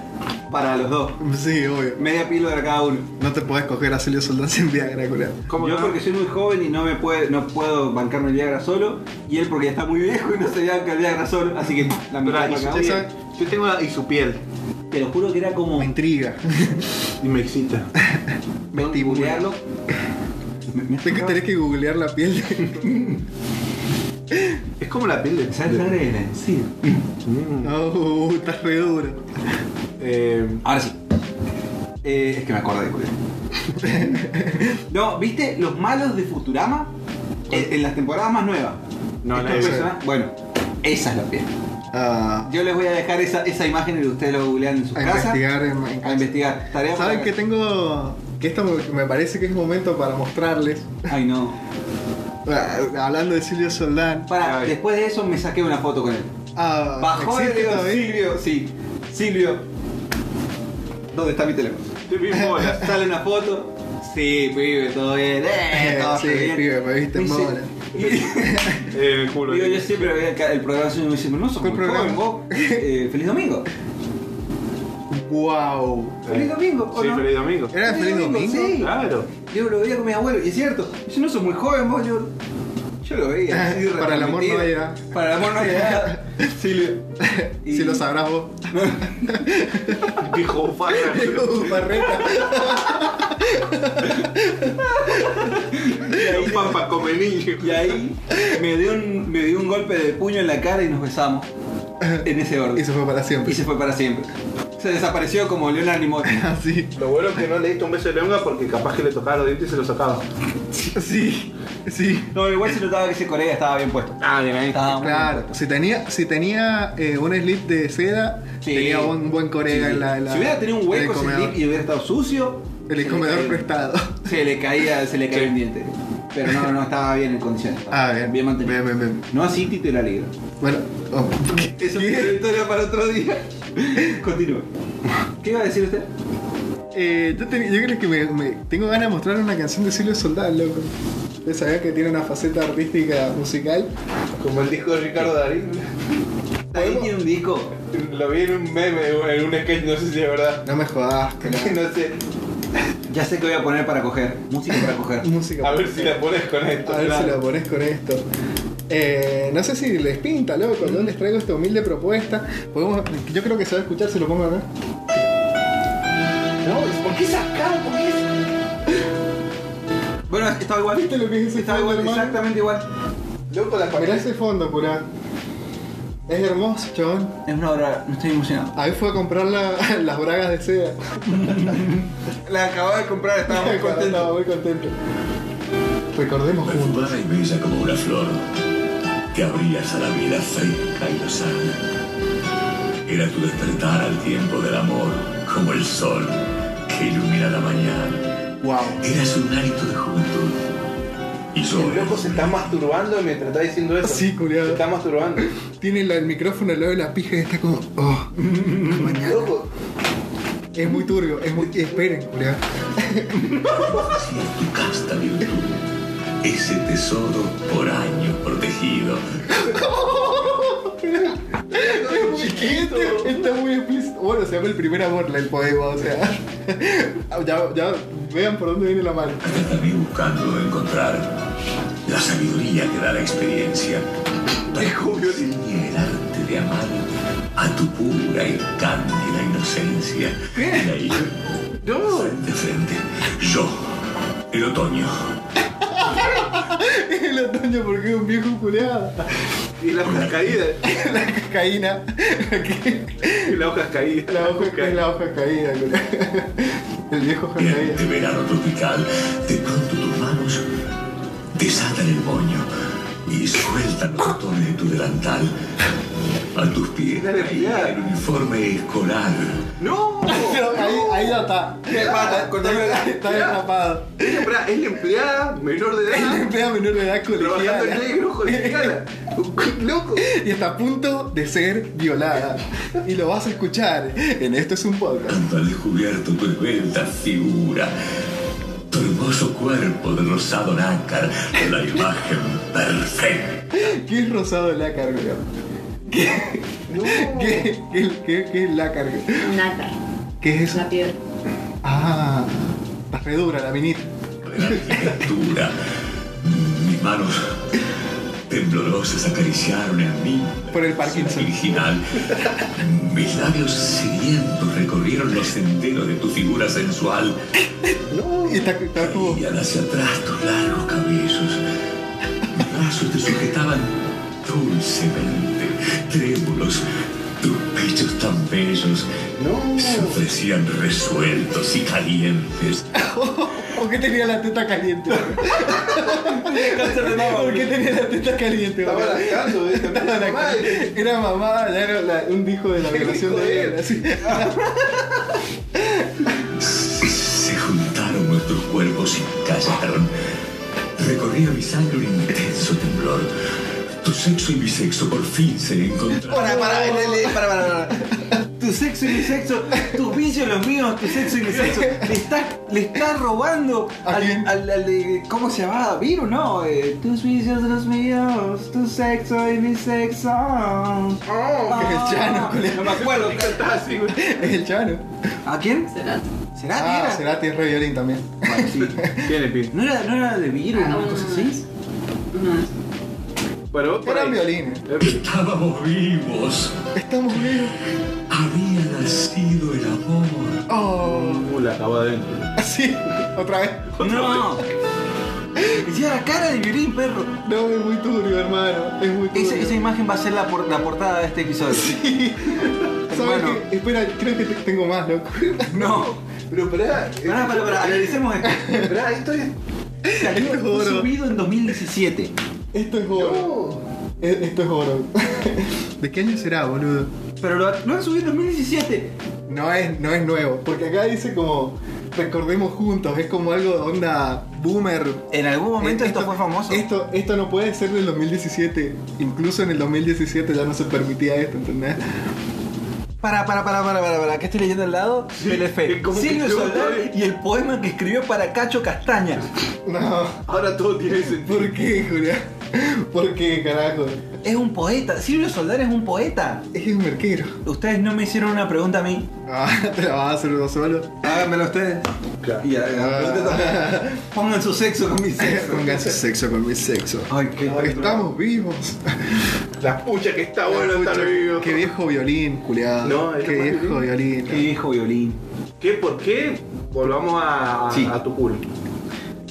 Speaker 4: para los dos.
Speaker 3: Sí, obvio.
Speaker 4: Media píldora cada uno.
Speaker 3: No te podés coger a Silvio Soldán sin Viagra, culo.
Speaker 1: ¿Cómo
Speaker 4: Yo
Speaker 1: no?
Speaker 4: porque soy muy joven y no me puede, no puedo bancarme el Viagra solo. Y él porque ya está muy viejo y no se banca el Viagra solo. Así que la
Speaker 1: Pero,
Speaker 4: mitad lo
Speaker 1: y su-
Speaker 4: acabó
Speaker 1: esa-
Speaker 4: bien.
Speaker 1: yo tengo la- y su piel.
Speaker 4: Te lo juro que era como
Speaker 3: Me intriga.
Speaker 1: Y me excita.
Speaker 3: vestibular.
Speaker 4: googlearlo. Me- me-
Speaker 3: Tengo que tener que googlear la piel de...
Speaker 1: Es como la piel de.
Speaker 4: ¿Sabes
Speaker 1: de-
Speaker 4: sangre de vencido?
Speaker 1: Mm.
Speaker 3: No, uh, estás re duro.
Speaker 1: Eh,
Speaker 4: Ahora sí. Eh, es que me acordé, culiao. no, ¿viste los malos de Futurama? En, en las temporadas más nuevas.
Speaker 1: No,
Speaker 4: Estos
Speaker 1: no, esa.
Speaker 4: personajes- Bueno, esa es la piel.
Speaker 3: A,
Speaker 4: Yo les voy a dejar esa, esa imagen y ustedes lo googlean en sus
Speaker 3: a
Speaker 4: casas.
Speaker 3: investigar en, en
Speaker 4: A investigar. Tarea
Speaker 3: ¿Saben
Speaker 4: para-
Speaker 3: que tengo.? Que esto me me parece que es momento para mostrarles.
Speaker 4: Ay, no.
Speaker 3: Ah, Hablando de Silvio Soldán.
Speaker 4: Para,
Speaker 1: A ver.
Speaker 4: después de eso me saqué una foto con él.
Speaker 3: Ah,
Speaker 4: Bajó el
Speaker 3: ¿existe
Speaker 4: video
Speaker 3: todavía?
Speaker 4: Silvio, sí. Silvio. ¿Dónde está mi teléfono?
Speaker 1: te vi bola.
Speaker 4: Sale una foto. Sí, pibe, todo bien. Eh,
Speaker 3: Eh,
Speaker 4: todo
Speaker 3: sí,
Speaker 4: bien.
Speaker 3: pibe, me viste en
Speaker 4: dice-
Speaker 3: bola.
Speaker 4: y-
Speaker 1: Eh, el culo.
Speaker 4: Digo, yo siempre veía el, ca- el programa suyo y me dice, no sos muy
Speaker 3: ¿Cuál programa?
Speaker 4: joven vos. Eh, feliz domingo.
Speaker 3: ¡Wow!
Speaker 4: Feliz domingo, ¿o
Speaker 1: Sí,
Speaker 4: no?
Speaker 1: feliz domingo.
Speaker 3: ¿Era el Feliz Domingo?
Speaker 4: Sí.
Speaker 1: Claro.
Speaker 4: Yo lo veía con mi abuelo, y es cierto. Yo no soy muy joven vos, yo. Yo lo veía. así,
Speaker 3: Para el amor no hay
Speaker 4: retransmitido.
Speaker 3: edad.
Speaker 4: Para el amor no hay edad. Silvio.
Speaker 3: Si lo sabrás vos.
Speaker 1: Dijo Farra.
Speaker 3: Barreta.
Speaker 1: Un pampa come niño.
Speaker 4: Y ahí me dio, un, me dio un golpe de puño en la cara y nos besamos. En ese orden.
Speaker 3: Y se fue para
Speaker 4: Y
Speaker 3: siempre.
Speaker 4: se fue para siempre. Se desapareció como Leonard Nimoy.
Speaker 3: Así.
Speaker 1: Lo bueno es que no le diste un beso de lengua porque capaz que le tocaba los dientes y se los sacaba.
Speaker 3: Sí. Sí.
Speaker 4: No, igual se notaba que ese Corea estaba bien puesto.
Speaker 1: Ah, bien ahí.
Speaker 4: Estaba muy bien
Speaker 3: Claro, si tenía, si tenía eh, un slip de seda,
Speaker 4: Sí.
Speaker 3: tenía un buen corega
Speaker 4: Sí.
Speaker 3: en la, en la-
Speaker 4: Si hubiera tenido un
Speaker 3: en
Speaker 4: hueco
Speaker 3: el
Speaker 4: ese
Speaker 3: comedor,
Speaker 4: dip y hubiera estado sucio.
Speaker 3: En
Speaker 4: se
Speaker 3: el
Speaker 4: le
Speaker 3: comedor
Speaker 4: caía-
Speaker 3: prestado.
Speaker 4: Se le caía, se le caía
Speaker 1: Sí.
Speaker 4: un diente. Pero no, no estaba bien en condiciones. estaba
Speaker 3: Ah, bien.
Speaker 4: Bien mantenido.
Speaker 3: Bien, bien, bien.
Speaker 4: No así Tito y la liga.
Speaker 3: Bueno, oh,
Speaker 4: Eso
Speaker 3: ¿qué?
Speaker 4: es una historia para otro día. Continúa. ¿Qué iba a decir usted?
Speaker 3: Eh, yo, ten- yo creo que me, me- tengo ganas de mostrar una canción de Silvio Soldán, loco. De saber que tiene una faceta artística musical.
Speaker 1: Como el disco de Ricardo Darín.
Speaker 4: Ahí tiene un disco.
Speaker 1: Lo vi en un meme, en un sketch, no sé si es verdad.
Speaker 3: No me jodas, carajo.
Speaker 1: No sé.
Speaker 4: Ya sé que voy a poner para coger. Música para coger.
Speaker 3: Música.
Speaker 1: A ver si la pones con esto.
Speaker 3: A ver si
Speaker 1: claro.
Speaker 3: la pones con esto. Eh, no sé si les pinta, loco. Yo les traigo esta humilde propuesta. Podemos, yo creo que se va a escuchar si lo pongo acá.
Speaker 1: No, ¿por qué sacado? ¿Por qué sacado?
Speaker 4: Bueno, estaba igual.
Speaker 3: ¿Viste lo que es ese
Speaker 4: Estaba
Speaker 3: fondo,
Speaker 4: igual,
Speaker 3: hermano?
Speaker 4: exactamente igual.
Speaker 1: Loco, la
Speaker 3: Mirá ese fondo, pura. Es hermoso, chabón.
Speaker 4: Es una obra. No estoy emocionado.
Speaker 3: Ahí fue a comprar la- las bragas de seda.
Speaker 4: La acababa de comprar, estaba muy
Speaker 3: Estaba
Speaker 4: contento.
Speaker 3: muy contento. Recordemos juntos.
Speaker 8: perfumada y bella como una flor, que abrías a la vida fresca y lozana. Era tu despertar al tiempo del amor, como el sol que ilumina la mañana.
Speaker 3: Wow.
Speaker 8: Eras un hálito de juventud. Y yo
Speaker 1: El loco se está masturbando mientras está diciendo eso.
Speaker 3: Sí, culiado.
Speaker 1: Se está masturbando.
Speaker 3: Tiene la- el micrófono al lado de la pija y está como. Oh, mañana.
Speaker 1: Loco,
Speaker 3: Es muy turbio, es muy. Esperen, culiado.
Speaker 8: ofrecías tu casta virtud. Ese tesoro por años protegido.
Speaker 3: Es muy quieto, Está muy explícito. Bueno, se llama el primer amor el poema, o sea. ya, ya vean por dónde viene la mano.
Speaker 8: Hasta también buscando encontrar la sabiduría que da la experiencia. Enseña el arte de amar a tu pura y cándida inocencia. Y ahí, frente a frente, yo, el otoño.
Speaker 3: El otoño porque es un viejo culiado.
Speaker 1: y las hojas caídas.
Speaker 3: La cocaína.
Speaker 1: Y las hojas caídas.
Speaker 3: La hoja, es la hoja caída, culiao. El viejo hoja
Speaker 8: Bien, de
Speaker 3: caída.
Speaker 8: verano tropical, de pronto tus manos desatan el moño y sueltan los botones de tu delantal. A tus pies
Speaker 1: Dale,
Speaker 8: caía el uniforme escolar
Speaker 4: ¡No!
Speaker 3: Ahí, ahí ya está.
Speaker 4: ¿Qué pasa? Cuando yo-
Speaker 3: Está- Está atrapado.
Speaker 4: Ella, espera, es la empleada menor de
Speaker 3: Es la
Speaker 4: edad.
Speaker 3: empleada menor de edad
Speaker 4: Trabajando en
Speaker 3: colegial.
Speaker 4: negro, colegiala. Loco.
Speaker 3: Y está a punto de ser violada. Y lo vas a escuchar en Esto es un podcast.
Speaker 8: Cuando al descubrir tu cruenta figura, tu hermoso cuerpo de rosado nácar, la imagen perfecta.
Speaker 3: ¿Qué es rosado de la carga? ¿Qué, qué, qué- qué es la carga?
Speaker 9: Nácar.
Speaker 3: ¿Qué es
Speaker 9: Es
Speaker 3: eso?
Speaker 9: una piedra.
Speaker 3: Ah, está re dura la minita.
Speaker 8: de la arquitectura. Mis manos temblorosas acariciaron en mí.
Speaker 3: Por el Parkinson.
Speaker 8: Original. Mis labios sedientos recorrieron los senderos de tu figura sensual.
Speaker 3: Y está, está como.
Speaker 8: Caían hacia atrás tus largos cabellos. Mis brazos te sujetaban dulcemente, trémulos. Tus pechos tan bellos se ofrecían resueltos y calientes.
Speaker 3: ¿Por qué tenía la teta caliente? ¿Por qué tenía la teta caliente?
Speaker 1: Estaba
Speaker 3: boludo?
Speaker 1: rascando, ¿eh?
Speaker 3: Estaba la-
Speaker 1: Madre.
Speaker 3: Era mamá, ya era la- un hijo de la violación
Speaker 1: hijo de
Speaker 3: de
Speaker 1: él.
Speaker 3: él. así.
Speaker 8: Se juntaron nuestros cuerpos y callaron. Recorría mi sangre un intenso temblor. Tu sexo y mi sexo por fin se encontraron.
Speaker 4: Para, para, le- le- para, para, para. Tu sexo y mi sexo, tus vicios los míos, tu sexo y mi sexo. Le estás le estás robando
Speaker 3: ¿A
Speaker 4: al,
Speaker 3: quién?
Speaker 4: al- al de- ¿Cómo se llamaba? ¿Virus? No, eh, tus vicios los míos, tu sexo y mi sexo. Oh,
Speaker 3: que ya no, colega.
Speaker 4: no me acuerdo.
Speaker 3: Es el chano.
Speaker 4: ¿A quién?
Speaker 9: Cerati.
Speaker 4: ¿Será
Speaker 3: Ah, Cerati es re violín también.
Speaker 1: Tiene pin.
Speaker 4: ¿No era, ¿No era de virus o una cosa así?
Speaker 9: No,
Speaker 1: Pero vos por
Speaker 3: Eran
Speaker 1: ahí.
Speaker 3: violines.
Speaker 8: Estábamos vivos.
Speaker 3: eh. Estamos vivos.
Speaker 8: Había nacido el amor.
Speaker 3: Oh,
Speaker 1: Uh, la acabo adentro.
Speaker 3: así. Otra vez.
Speaker 4: No. Decía la cara de violín, perro.
Speaker 3: No, es muy turbio, hermano. Es muy turbio.
Speaker 4: Esa, esa imagen va a ser la, por- la portada de este episodio.
Speaker 3: ¿Sabes
Speaker 4: Bueno.
Speaker 3: qué? Espera, creo que te- tengo más, loco.
Speaker 4: No.
Speaker 1: Pero pará, eh,
Speaker 4: Pará, pará, pará, analicemos esto.
Speaker 1: pará, esto es.
Speaker 4: Salió
Speaker 3: Esto es oro.
Speaker 4: subido en 2017.
Speaker 3: Esto es oro. E- Esto es oro. ¿De qué año será, boludo?
Speaker 4: Pero lo, lo han subido en 2017.
Speaker 3: No es, no es nuevo, porque acá dice como recordemos juntos, es como algo de onda boomer.
Speaker 4: En algún momento Eh, esto, fue famoso.
Speaker 3: Esto, esto no puede ser del 2017. Incluso en el 2017 ya no se permitía esto, ¿entendés?
Speaker 4: Para, para, para, para, para, para. ¿Qué estoy leyendo al lado? Telefe.
Speaker 1: es como que
Speaker 4: Silvio
Speaker 1: yo-
Speaker 4: Soldán y el poema que escribió para Cacho Castaña.
Speaker 3: No.
Speaker 1: Ahora todo tiene sentido.
Speaker 3: ¿Por qué, Julián? ¿Por qué, carajo?
Speaker 4: Es un poeta. Silvio Soldán es un poeta.
Speaker 3: Es un merquero.
Speaker 4: Ustedes no me hicieron una pregunta a mí.
Speaker 3: Ah, te la vas a hacer uno solo.
Speaker 4: Háganmelo ustedes.
Speaker 1: Claro.
Speaker 4: Y a- Pongan su sexo con mi sexo.
Speaker 3: Pongan su sexo con mi sexo.
Speaker 4: Ay, qué.
Speaker 3: Estamos vivos.
Speaker 1: La pucha que está bueno estar
Speaker 3: Pucha,
Speaker 1: vivo.
Speaker 3: Qué viejo violín, culiado.
Speaker 1: No, era
Speaker 3: qué
Speaker 1: más
Speaker 3: viejo violín.
Speaker 4: Qué viejo violín.
Speaker 1: ¿Qué? ¿Por qué? Volvamos a, a-
Speaker 4: Sí.
Speaker 1: a tu culo.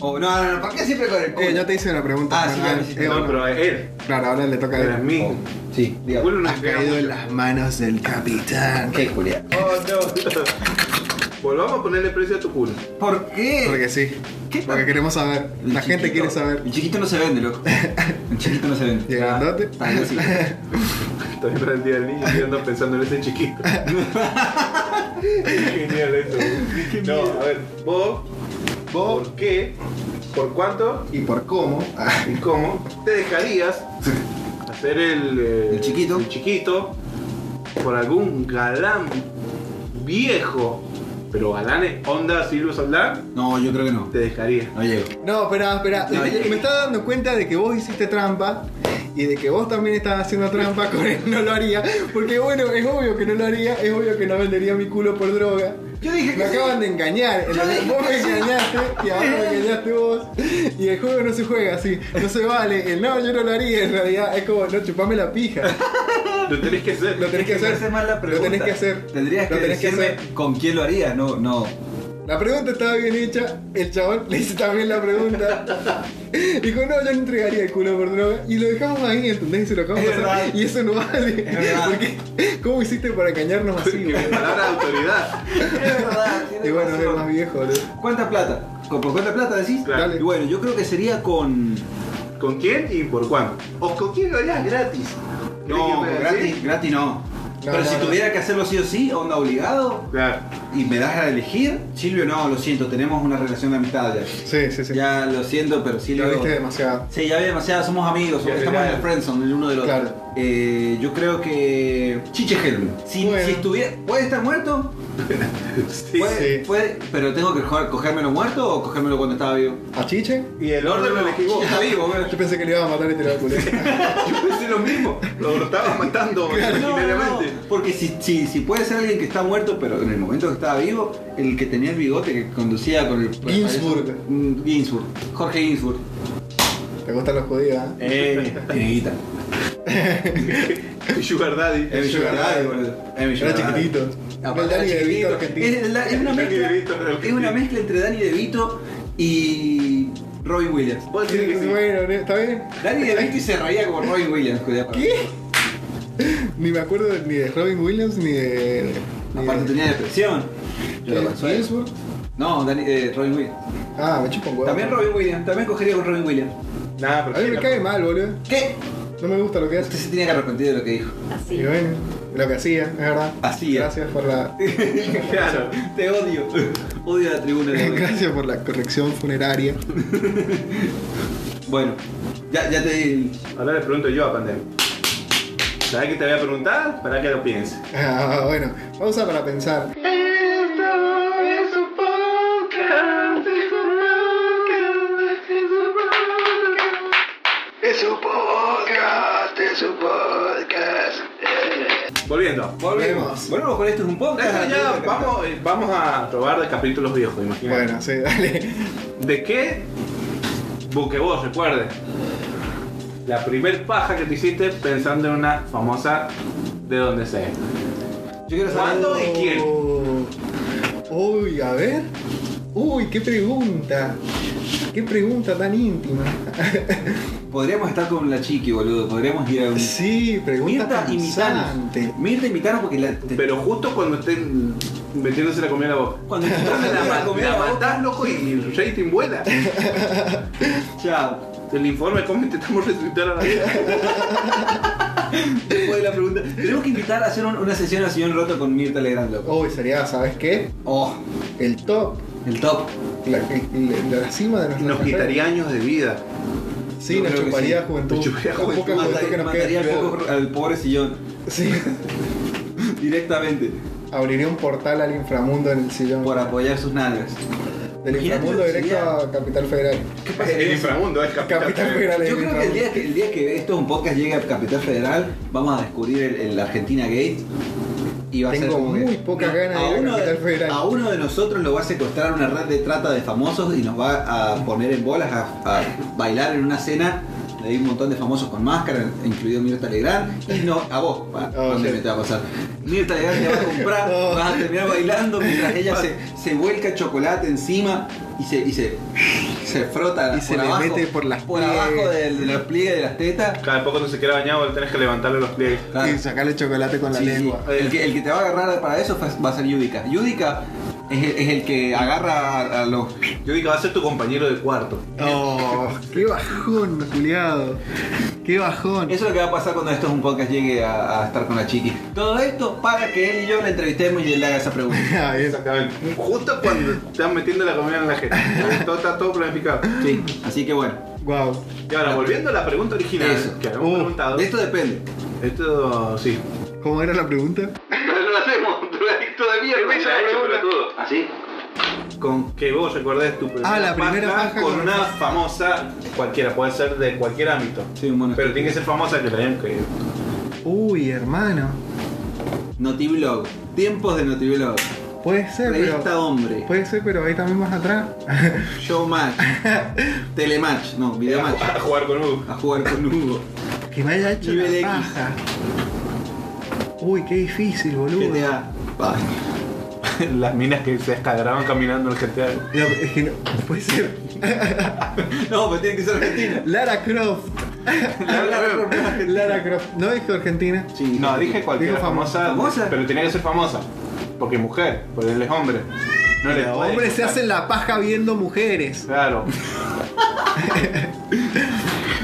Speaker 4: Oh, no, no, no, ¿por qué siempre con el
Speaker 3: Eh,
Speaker 4: culo?
Speaker 3: yo te hice una pregunta.
Speaker 4: Ah, sí,
Speaker 3: Juan.
Speaker 4: ya me hiciste
Speaker 3: Eh,
Speaker 1: No,
Speaker 3: bueno,
Speaker 1: pero a él.
Speaker 3: Claro, ahora le toca a él.
Speaker 1: Pero a mí.
Speaker 4: Sí,
Speaker 1: Tu
Speaker 4: digamos.
Speaker 1: culo no
Speaker 3: Has
Speaker 1: pega
Speaker 3: caído en
Speaker 1: mucho.
Speaker 3: las manos del capitán.
Speaker 4: Ok, Julián.
Speaker 1: Oh, no. Volvamos a ponerle precio a tu culo.
Speaker 4: ¿Por qué?
Speaker 3: Porque sí.
Speaker 4: ¿Qué
Speaker 3: Porque queremos saber.
Speaker 4: El
Speaker 3: La gente
Speaker 4: chiquito-
Speaker 3: quiere saber.
Speaker 4: El chiquito no se vende, loco. El chiquito no se vende.
Speaker 3: Llegándote.
Speaker 4: Está bien, sí.
Speaker 1: Estoy para el día del niño y ando pensando en ese chiquito. Qué genial eso. No, a ver, vos,
Speaker 3: ¿Vos
Speaker 1: ¿por qué? ¿Por cuánto?
Speaker 3: y por cómo? Ah,
Speaker 1: ¿Y cómo? ¿Te dejarías hacer el, eh,
Speaker 4: El chiquito.
Speaker 1: el chiquito por algún galán viejo? Pero galán onda Silvio Soldán,
Speaker 4: No, yo creo que no.
Speaker 1: te dejaría.
Speaker 4: No llego.
Speaker 3: No, espera, espera. Eh,
Speaker 4: No, ya-
Speaker 3: Me estaba dando cuenta de que vos hiciste trampa y de que vos también estabas haciendo trampa con él. No lo haría. Porque bueno, es obvio que no lo haría. Es obvio que no vendería mi culo por droga.
Speaker 4: Yo dije
Speaker 3: Me
Speaker 4: que.
Speaker 3: acaban de engañar. En realidad, vos me engañaste y ahora me engañaste vos. Y el juego no se juega así. No se vale. El no, yo no lo haría. En realidad es como, no, chupame la pija.
Speaker 1: Lo tenés que hacer.
Speaker 3: Lo tenés que hacer. Lo tenés que hacer.
Speaker 4: Tendrías
Speaker 3: Lo
Speaker 4: que
Speaker 3: tenés que
Speaker 4: decirme
Speaker 3: hacer.
Speaker 4: con quién lo harías, no, no.
Speaker 3: La pregunta estaba bien hecha. El chabón le hizo también la pregunta. Dijo, no, yo no entregaría el culo por droga. Y lo dejamos ahí, ¿entendés? Y se lo acabamos
Speaker 4: Es
Speaker 3: de
Speaker 4: verdad.
Speaker 3: pasar. Y eso no vale.
Speaker 4: verdad.
Speaker 3: Porque, ¿cómo hiciste para engañarnos
Speaker 1: Porque
Speaker 3: así,
Speaker 1: mi
Speaker 3: güey?
Speaker 1: palabra de autoridad.
Speaker 4: Es verdad, tienes
Speaker 3: Y bueno, es
Speaker 4: razón.
Speaker 3: el más viejo, boludo.
Speaker 4: ¿Cuánta plata? ¿Con- ¿Por cuánta plata decís?
Speaker 1: Claro.
Speaker 3: Dale.
Speaker 4: Y bueno, yo creo que sería con.
Speaker 1: ¿Con quién y por cuánto? ¿O con quién lo harías gratis? ¿Querés que me-
Speaker 4: gratis no. Pero
Speaker 3: no,
Speaker 4: si
Speaker 3: no.
Speaker 4: tuviera que hacerlo sí o sí, onda obligado,
Speaker 1: Claro.
Speaker 4: y me das a elegir, Silvio no, lo siento, tenemos una relación de amistad ya.
Speaker 3: Sí, sí, sí.
Speaker 4: Ya lo siento, pero Silvio.
Speaker 3: Lo viste demasiado.
Speaker 4: Sí, ya vi demasiado, somos amigos,
Speaker 1: Ya,
Speaker 4: estamos
Speaker 1: ya.
Speaker 4: en el friendzone el uno del otro.
Speaker 3: Claro.
Speaker 4: Eh, yo creo que. Chiche Helm. Si,
Speaker 3: Bueno.
Speaker 4: si estuviera. ¿Puede estar muerto? puede,
Speaker 3: sí.
Speaker 4: puede, pero tengo que jo- cogérmelo muerto o cogérmelo cuando estaba vivo.
Speaker 3: ¿A Chiche?
Speaker 1: Y el orden lo elegí vos.
Speaker 4: Está vivo, güey.
Speaker 3: Yo pensé que le iba a matar y te lo iba a culiar.
Speaker 1: Yo pensé lo mismo. Lo estabas matando
Speaker 4: No, no,
Speaker 1: imaginariamente.
Speaker 4: porque si, si, si puede ser alguien que está muerto, pero en el momento que estaba vivo, el que tenía el bigote que conducía con el.
Speaker 3: Ginsburg.
Speaker 4: Mm, Ginsburg. Jorge Ginsburg.
Speaker 3: Te gustan los judíos, ¿eh?
Speaker 4: Eh, tiene guita.
Speaker 1: Sugar Daddy.
Speaker 4: Es mi sugar daddy, boludo. Es
Speaker 3: Era
Speaker 4: mi sugar daddy.
Speaker 3: chiquitito.
Speaker 4: Aparte,
Speaker 3: El Dani
Speaker 4: era
Speaker 3: de Vito
Speaker 4: chiquitito.
Speaker 3: argentino.
Speaker 4: Es, la- es una
Speaker 1: El Dani
Speaker 4: mezcla,
Speaker 1: de Vito era
Speaker 4: es una
Speaker 1: argentino.
Speaker 4: mezcla entre Danny DeVito y Robin Williams.
Speaker 1: Puedo decir que sí.
Speaker 3: Bueno, ¿está bien?
Speaker 4: Danny DeVito y se reía como Robin Williams. cuidado.
Speaker 3: ¿Qué? Ni me acuerdo de- ni de Robin Williams ni de. ni
Speaker 4: Aparte
Speaker 3: de-
Speaker 4: tenía depresión. Yo lo
Speaker 3: de
Speaker 4: consuelo.
Speaker 3: Ginsburg.
Speaker 4: No, Danny- eh, Robin Williams.
Speaker 3: Ah, me chupo un huevo.
Speaker 4: También Robin Williams. También cogería con Robin Williams.
Speaker 1: Nada,
Speaker 3: A mí me cae mal, boludo.
Speaker 4: ¿Qué?
Speaker 3: No me gusta lo que
Speaker 4: Usted
Speaker 3: hace.
Speaker 4: se tenía que arrepentir de lo que dijo.
Speaker 3: Y bueno, lo que hacía, es verdad.
Speaker 4: Hacía.
Speaker 3: Gracias por la.
Speaker 1: Claro.
Speaker 4: Te odio. Odio la tribuna de hoy.
Speaker 3: Gracias por la corrección funeraria.
Speaker 4: Bueno, ya, ya te di.
Speaker 1: Ahora le pregunto yo a Pandemia. ¿Sabes qué te voy a preguntar? Para que lo pienses.
Speaker 3: Ah, bueno, pausa para pensar.
Speaker 7: Es un podcast, es un podcast.
Speaker 1: Volviendo.
Speaker 4: Volvemos. Volvemos con esto, es un podcast.
Speaker 1: Eso ya vamos, eh, vamos a robar de capítulos viejos, imagínate.
Speaker 3: Bueno, sí, dale.
Speaker 1: ¿De qué? Busque vos, recuerde. La primer paja que te hiciste pensando en una famosa de donde sea.
Speaker 4: Yo quiero saber.
Speaker 1: ¿Cuándo y quién?
Speaker 3: Oh. Uy, a ver. Uy, qué pregunta. Qué pregunta tan íntima.
Speaker 4: Podríamos estar con la chiqui, boludo. Podríamos ir a un.
Speaker 3: sí, pregunta
Speaker 4: Mirta,
Speaker 3: pensante.
Speaker 4: imitanos. Mirta, imitanos porque la. te-
Speaker 1: Pero justo cuando estén metiéndose la comida en la boca.
Speaker 4: Cuando te
Speaker 1: La,
Speaker 4: tomen la
Speaker 1: ma-
Speaker 4: mano, comida
Speaker 1: la
Speaker 4: a vos,
Speaker 1: matás, loco, y el rating vuela.
Speaker 4: Chao.
Speaker 1: El informe de cómo intentamos resucitar a la vida.
Speaker 4: Después de la pregunta. Tenemos que invitar a hacer un- una sesión al señor Roto con Mirta Legrand, loco.
Speaker 3: Uy, sería, ¿sabes qué?
Speaker 4: Oh,
Speaker 3: El top.
Speaker 4: el top.
Speaker 3: La, el- la- la cima de nuestra
Speaker 1: Nos
Speaker 3: carrera.
Speaker 1: quitaría años de vida.
Speaker 3: Sí,
Speaker 4: Yo
Speaker 3: nos
Speaker 4: creo que
Speaker 3: chuparía
Speaker 4: sí.
Speaker 3: juventud.
Speaker 1: Nos
Speaker 3: La
Speaker 1: chuparía
Speaker 3: poca
Speaker 1: juventud.
Speaker 3: juventud que
Speaker 4: Mataría,
Speaker 3: nos
Speaker 4: mataría al,
Speaker 3: queda.
Speaker 4: poco- al pobre sillón.
Speaker 3: Sí.
Speaker 4: Directamente.
Speaker 3: Abriría un portal al inframundo en el sillón.
Speaker 4: Por apoyar sus nalgas.
Speaker 3: Del
Speaker 4: Imagínate,
Speaker 3: inframundo directo
Speaker 4: sería-
Speaker 3: a Capital Federal.
Speaker 1: El inframundo es capital.
Speaker 3: Capital Federal es
Speaker 4: Yo
Speaker 3: el
Speaker 4: creo que el
Speaker 3: inframundo.
Speaker 4: día que, el día que esto es un podcast llegue a Capital Federal, vamos a descubrir el, el Argentina Gate. Y va a ser
Speaker 3: Tengo
Speaker 4: como que-
Speaker 3: muy pocas ganas de ir a
Speaker 4: uno
Speaker 3: Capital Federal.
Speaker 4: A uno de nosotros lo va a secuestrar una red de trata de famosos y nos va a poner en bolas a, a bailar en una cena. de un montón de famosos con máscara, incluido Mirta Legrand. Y no, a vos, pa,
Speaker 3: Oh,
Speaker 4: ¿dónde
Speaker 3: sí.
Speaker 4: me te va a pasar? Mirta Legrand te va a comprar,
Speaker 3: Oh.
Speaker 4: vas a terminar bailando mientras ella se, se vuelca chocolate encima y se, y se, se frota
Speaker 3: Y se
Speaker 4: por
Speaker 3: le
Speaker 4: abajo,
Speaker 3: mete por las
Speaker 4: por
Speaker 3: pliegues.
Speaker 4: abajo del, de los pliegues de las tetas.
Speaker 1: Cada poco no se queda bañado, tenés que levantarle los pliegues.
Speaker 4: Claro.
Speaker 3: Y sacarle chocolate con la
Speaker 4: Sí, sí.
Speaker 3: lengua.
Speaker 4: El, que, el que te va a agarrar para eso fue- va a ser Yudica. Yudica es, el- es el que agarra a, a los.
Speaker 1: Yo digo, va a ser tu compañero de cuarto.
Speaker 3: Oh, qué bajón, Juliado. Qué bajón.
Speaker 4: Eso es lo que va a pasar cuando esto es un podcast llegue a, a estar con la chiqui. Todo esto para que él y yo le entrevistemos y él le haga esa pregunta.
Speaker 3: Ah, bien.
Speaker 1: Exactamente. Justo cuando están metiendo la comida en la gente. Todo está todo planificado.
Speaker 4: Sí, así que bueno.
Speaker 3: Wow.
Speaker 1: Y ahora, volviendo a la pregunta original
Speaker 4: Eso.
Speaker 1: que habíamos
Speaker 3: Uh,
Speaker 1: preguntado.
Speaker 4: De esto depende.
Speaker 1: Esto sí.
Speaker 3: ¿Cómo era la pregunta?
Speaker 7: Pero lo hacemos todavía no se ha
Speaker 4: ¿eh?
Speaker 7: hecho, pero todo.
Speaker 4: ¿Así?
Speaker 1: Con que vos recordés tu primera
Speaker 3: Ah, la primera paja
Speaker 1: con
Speaker 3: con-
Speaker 1: una famosa cualquiera, puede ser de cualquier ámbito.
Speaker 4: Sí, un mono.
Speaker 1: Pero tiene que ser famosa que la hayan que.
Speaker 3: Uy, hermano.
Speaker 4: Notiblog. Tiempos de Notiblog.
Speaker 3: Puede ser,
Speaker 4: Revista
Speaker 3: pero.
Speaker 4: Hombre.
Speaker 3: Puede ser, pero ahí también más atrás.
Speaker 4: Showmatch. Telematch. No, Videomatch.
Speaker 1: A jugar con Hugo.
Speaker 4: A jugar con Hugo.
Speaker 3: que me haya hecho
Speaker 4: Nivel X.
Speaker 3: la paja. Uy, qué difícil, boludo.
Speaker 4: GTA. Va.
Speaker 1: Las minas que se escadraban caminando en el GTA.
Speaker 3: No, es que no, puede ser.
Speaker 4: No, pero tiene que ser Argentina.
Speaker 3: Lara Croft. Lara Croft. ¿No dijo Argentina?
Speaker 4: Sí,
Speaker 1: No, dije cualquiera
Speaker 3: Dijo famosa.
Speaker 1: famosa,
Speaker 4: ¿Famosa?
Speaker 1: Pero tenía que ser famosa. Porque mujer, porque él es hombre. No le
Speaker 3: Los
Speaker 1: puedes
Speaker 3: hombres se
Speaker 1: contar.
Speaker 3: hacen la paja viendo mujeres.
Speaker 1: Claro.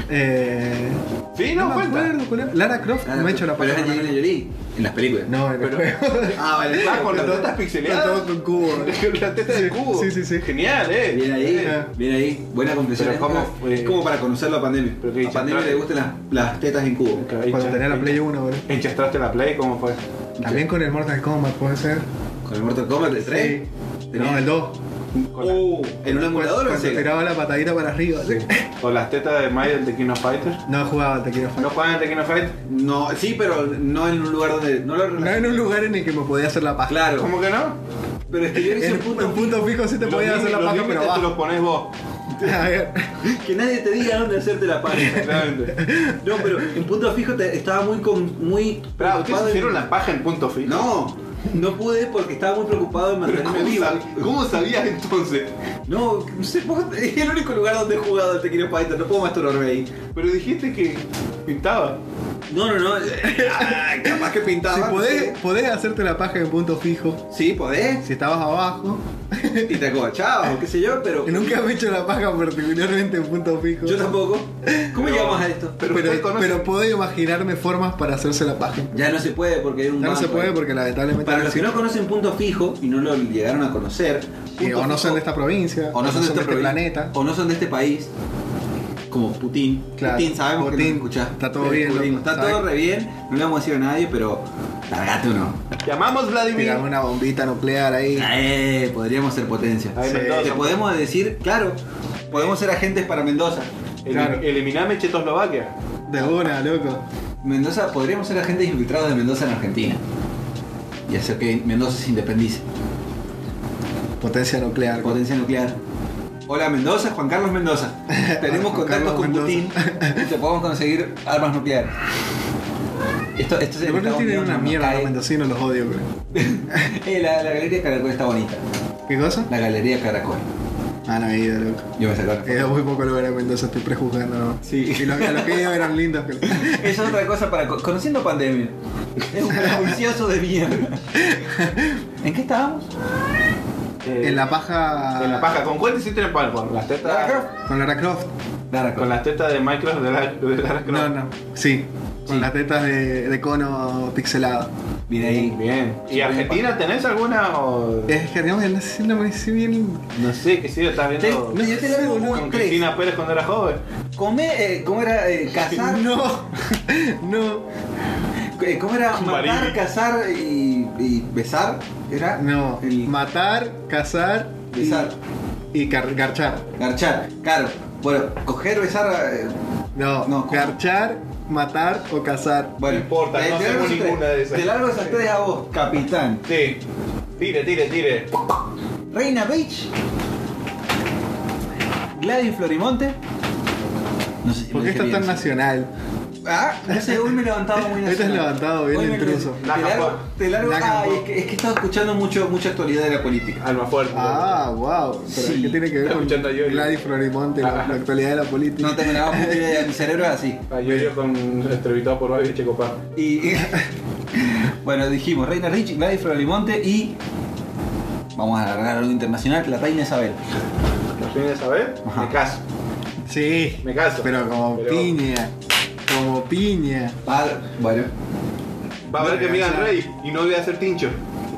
Speaker 3: Eh,
Speaker 1: Sí,
Speaker 3: no
Speaker 1: no,
Speaker 3: me
Speaker 1: cuenta.
Speaker 3: acuerdo cuál era. Lara Croft
Speaker 4: Claro,
Speaker 3: no ha hecho la
Speaker 4: pero
Speaker 3: paja.
Speaker 4: es Angelina Jolie en las películas.
Speaker 3: No, en el juego.
Speaker 1: Ah, vale. Va con las tetas
Speaker 3: Está todo
Speaker 1: pixeleadas.
Speaker 3: con cubo.
Speaker 1: La teta del cubo.
Speaker 3: Sí, sí, sí.
Speaker 1: Genial, eh.
Speaker 4: Bien ahí,
Speaker 3: Eh.
Speaker 4: bien ahí. Buena confesión. Es
Speaker 1: Pero
Speaker 4: como,
Speaker 1: ¿cómo, eh?
Speaker 4: es como para conocer la pandemia.
Speaker 1: Pero que
Speaker 4: a pandemia
Speaker 1: chantra-
Speaker 4: le gustan las, las tetas en cubo.
Speaker 3: Cuando tenía la Play 1, boludo.
Speaker 1: ¿Enchastraste la Play? ¿Cómo fue?
Speaker 3: También con el Mortal Kombat, puede ser.
Speaker 4: Con el Mortal Kombat, el 3.
Speaker 3: No, el 2.
Speaker 1: Con, la-
Speaker 4: ¿En un emulador o en
Speaker 3: Cuando
Speaker 4: Sega?
Speaker 3: tiraba la patadita para arriba.
Speaker 1: con las tetas de Mike del Tequino Fighter.
Speaker 3: No jugaba, te quiero
Speaker 1: ¿No juegan el Tequino Fighter?
Speaker 4: No, sí, pero no en un lugar donde. No lo
Speaker 3: No
Speaker 4: relaciono.
Speaker 3: en un lugar en el que me podía hacer la paja.
Speaker 4: Claro.
Speaker 1: ¿Cómo que no?
Speaker 4: Pero es que yo hice
Speaker 3: En
Speaker 4: un
Speaker 3: un
Speaker 4: punto,
Speaker 3: punto, fijo sí te podía hacer la
Speaker 1: los
Speaker 3: paja,
Speaker 1: límites
Speaker 3: pero
Speaker 1: te
Speaker 3: abajo.
Speaker 1: los pones vos.
Speaker 3: A ver.
Speaker 4: que nadie te diga dónde hacerte la paja.
Speaker 1: Exactamente.
Speaker 4: No, pero en punto fijo te- estaba muy con, muy
Speaker 1: Pero ustedes
Speaker 4: preocupado en-
Speaker 1: hicieron la paja en punto fijo.
Speaker 4: No, no pude porque estaba muy preocupado en
Speaker 1: Pero
Speaker 4: mantenerme
Speaker 1: ¿cómo,
Speaker 4: vivo.
Speaker 1: sab- ¿Cómo sabías entonces?
Speaker 4: No, no sé, vos- es el único lugar donde he jugado al Tequino Fighter, no puedo masturbarme ahí.
Speaker 1: Pero dijiste que pintaba.
Speaker 4: No, no, no. ah, capaz que pintaba.
Speaker 3: Si
Speaker 4: no
Speaker 3: podés,
Speaker 4: sé.
Speaker 3: podés hacerte la paja en punto fijo.
Speaker 4: Sí, podés.
Speaker 3: Si estabas abajo.
Speaker 4: Y te acobachabas o qué sé yo, pero.
Speaker 3: Nunca me he hecho la paja particularmente en punto fijo.
Speaker 4: Yo tampoco. ¿Cómo
Speaker 1: Pero-
Speaker 4: llegamos a esto?
Speaker 1: pero
Speaker 3: Pero,
Speaker 1: usted conoce-
Speaker 3: pero puedo imaginarme formas para hacerse la paja.
Speaker 4: Ya no se puede porque hay un
Speaker 3: Ya no se
Speaker 4: banco
Speaker 3: puede
Speaker 4: ahí.
Speaker 3: porque lamentablemente.
Speaker 4: pues. Para los que no conocen punto fijo y no lo llegaron a conocer,
Speaker 3: Eh,
Speaker 4: Punto
Speaker 3: o no
Speaker 4: Fijo-
Speaker 3: son de esta provincia,
Speaker 4: o no son de este,
Speaker 3: este
Speaker 4: provi-
Speaker 3: planeta.
Speaker 4: o no son de este país, como Putin.
Speaker 3: Claro,
Speaker 4: Putin sabemos que
Speaker 3: Putin.
Speaker 4: nos escuchás.
Speaker 3: Está todo bien,
Speaker 4: Putin,
Speaker 3: loco,
Speaker 4: está
Speaker 3: ¿sabes?
Speaker 4: todo re bien. No le vamos a decir a nadie, pero largate uno.
Speaker 1: Llamamos Vladimir.
Speaker 3: Tirame una bombita nuclear ahí.
Speaker 4: Eh, podríamos ser potencia.
Speaker 1: Ahí
Speaker 3: Sí.
Speaker 1: Mendoza.
Speaker 4: Te podemos decir, claro, podemos ser agentes para Mendoza.
Speaker 1: Elim-
Speaker 3: Claro.
Speaker 1: Eliminame Checoslovaquia.
Speaker 3: De una, loco.
Speaker 4: Mendoza, podríamos ser agentes infiltrados de Mendoza en Argentina. Y hacer que Mendoza se independice.
Speaker 3: Potencia nuclear.
Speaker 4: Potencia nuclear. Hola Mendoza, Juan Carlos Mendoza. Tenemos
Speaker 3: Juan Carlos
Speaker 4: contactos con Putin
Speaker 3: Mendoza.
Speaker 4: y te podemos conseguir armas nucleares. Esto, esto es el
Speaker 3: Igual no
Speaker 4: Estados
Speaker 3: tienen
Speaker 4: Unidos,
Speaker 3: una
Speaker 4: nos
Speaker 3: mierda, los
Speaker 4: cae.
Speaker 3: mendocinos los odio, bro.
Speaker 4: Eh, la, la galería Caracol está bonita.
Speaker 3: ¿Qué cosa?
Speaker 4: La galería Caracol.
Speaker 3: Ah, no he ido, loco.
Speaker 4: Yo me saco la
Speaker 3: He
Speaker 4: foto.
Speaker 3: ido a muy poco lugar en Mendoza, estoy prejuzgando, ¿no? Sí. Y los, a los que he ido eran lindos. que-
Speaker 4: Es otra cosa para. co- Conociendo pandemia. Es un prejuicioso de mierda. ¿En qué estábamos?
Speaker 1: Eh,
Speaker 3: En la paja.
Speaker 1: en la paja. ¿Con cuál te hiciste el palo? Con las
Speaker 4: Lara
Speaker 1: tetas.
Speaker 4: Croft.
Speaker 3: Con Lara Croft.
Speaker 4: Lara
Speaker 1: Con
Speaker 4: Croft.
Speaker 1: las tetas de Minecraft de la, de Lara Croft.
Speaker 3: No, no. Sí. Con las tetas de, de cono pixelado.
Speaker 4: Mira
Speaker 1: Bien,
Speaker 4: ahí.
Speaker 1: bien. ¿Y Argentina tenés alguna o.?
Speaker 3: Es que digamos, no sé si lo me si bien.
Speaker 1: No sé, que sí, estás viendo.
Speaker 4: No, yo te lo digo como
Speaker 1: Con
Speaker 4: un tres.
Speaker 1: Cristina Pérez cuando era joven.
Speaker 4: Come, eh, ¿cómo era? Eh, cazar.
Speaker 3: No, no,
Speaker 4: Eh, ¿Cómo era?
Speaker 1: Marín.
Speaker 4: Matar, cazar y, y besar. ¿Era?
Speaker 3: no.
Speaker 4: El-
Speaker 3: Matar, cazar y-
Speaker 4: Besar.
Speaker 3: y, gar- garchar.
Speaker 4: garchar. Claro. Bueno, coger, besar. eh,
Speaker 3: No,
Speaker 4: No, ¿cómo?
Speaker 3: garchar, matar o cazar.
Speaker 4: bueno,
Speaker 1: No importa,
Speaker 4: Te-
Speaker 1: no
Speaker 4: te
Speaker 1: hacemos
Speaker 4: largo esas
Speaker 1: ninguna
Speaker 4: tres.
Speaker 1: de esas.
Speaker 4: Te largo esas tres a vos, capitán.
Speaker 1: Sí. Tire, tire, tire.
Speaker 4: Reina Beach. Gladys Florimonte. No sé si
Speaker 3: ¿Por
Speaker 4: lo
Speaker 3: qué
Speaker 4: dije
Speaker 3: está tan
Speaker 4: bien.
Speaker 3: nacional?
Speaker 4: Ah, no sé, hoy me he levantado muy
Speaker 3: Hoy te has
Speaker 4: nacional.
Speaker 3: levantado bien
Speaker 4: Hoy me-
Speaker 3: intruso.
Speaker 4: Te
Speaker 1: Naca
Speaker 4: largo,
Speaker 1: pop.
Speaker 4: te largo.
Speaker 3: Naca
Speaker 4: ay,
Speaker 3: pop.
Speaker 4: es que, es que he estado escuchando mucho, mucha actualidad de la política.
Speaker 1: Alma fuerte.
Speaker 3: Ah, wow. Pero
Speaker 4: Sí,
Speaker 3: ¿Qué tiene que ver
Speaker 1: está
Speaker 3: con
Speaker 1: escuchando a Yoyo.
Speaker 3: Gladys Florimonte, la, la actualidad de la política?
Speaker 4: No tengo nada más que decir, mi cerebro es así.
Speaker 1: Ah, yo, yo con entrevistado por Babi Checopá.
Speaker 4: Y. bueno, dijimos Reina Rich, Gladys Florimonte y. Vamos a alargar algo internacional, la Reina Isabel.
Speaker 1: ¿Nos tienes a saber?
Speaker 4: Ajá.
Speaker 1: Me caso.
Speaker 3: Sí,
Speaker 1: Me caso.
Speaker 3: pero como
Speaker 1: Pero-
Speaker 3: piña. Como piña.
Speaker 4: Vale, Ah, bueno.
Speaker 1: Va a haber que me digan
Speaker 3: Claro.
Speaker 1: rey y no voy a ser tincho.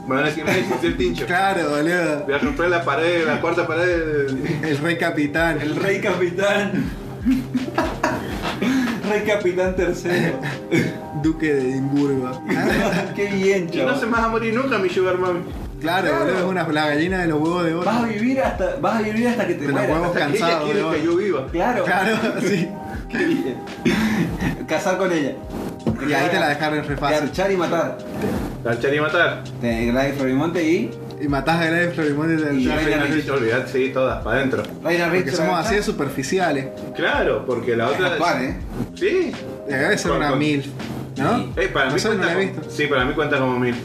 Speaker 1: Me van a decir rey sin ser tincho.
Speaker 3: Claro, boludo.
Speaker 1: Voy a romper la pared, la cuarta pared. de-
Speaker 3: El rey capitán.
Speaker 4: El Rey Capitán. Rey Capitán Tercero.
Speaker 3: Duque de Edimburgo.
Speaker 4: Ah, Qué bien,
Speaker 1: Y no se
Speaker 4: chaval.
Speaker 1: me vas a morir nunca, mi sugar mami.
Speaker 3: Claro, boludo, es una la gallina de los huevos de oro.
Speaker 4: Vas a vivir hasta, vas a vivir hasta que te
Speaker 3: De los
Speaker 4: mueras.
Speaker 3: huevos
Speaker 1: Ella
Speaker 3: cansados
Speaker 1: quiere
Speaker 3: de
Speaker 1: que
Speaker 3: oro.
Speaker 1: yo viva.
Speaker 4: Claro.
Speaker 3: Claro, sí.
Speaker 4: Qué bien. Casar con ella.
Speaker 3: Y ahí te la dejaron re fácil.
Speaker 4: Garchar y matar.
Speaker 1: Lanchar y matar.
Speaker 4: Te- Gladys Florimonte y
Speaker 3: Y matás a Gladys Florimonte del
Speaker 4: Y
Speaker 1: Y
Speaker 4: Reina
Speaker 1: Reina
Speaker 4: Rich.
Speaker 1: Rich, olvidad, sí, todas, para adentro.
Speaker 4: Reina Rich.
Speaker 3: Porque somos así de superficiales.
Speaker 1: Claro, porque la otra.
Speaker 4: Juan, ¿eh?
Speaker 1: Sí.
Speaker 3: Debe ser
Speaker 1: Con-
Speaker 3: una
Speaker 1: con-
Speaker 3: mil, ¿no?
Speaker 4: Sí.
Speaker 1: Eh, para
Speaker 3: no
Speaker 1: mí
Speaker 3: sé, no
Speaker 1: cuenta
Speaker 3: la he
Speaker 1: como-
Speaker 3: visto.
Speaker 1: Sí, para mí cuenta como mil.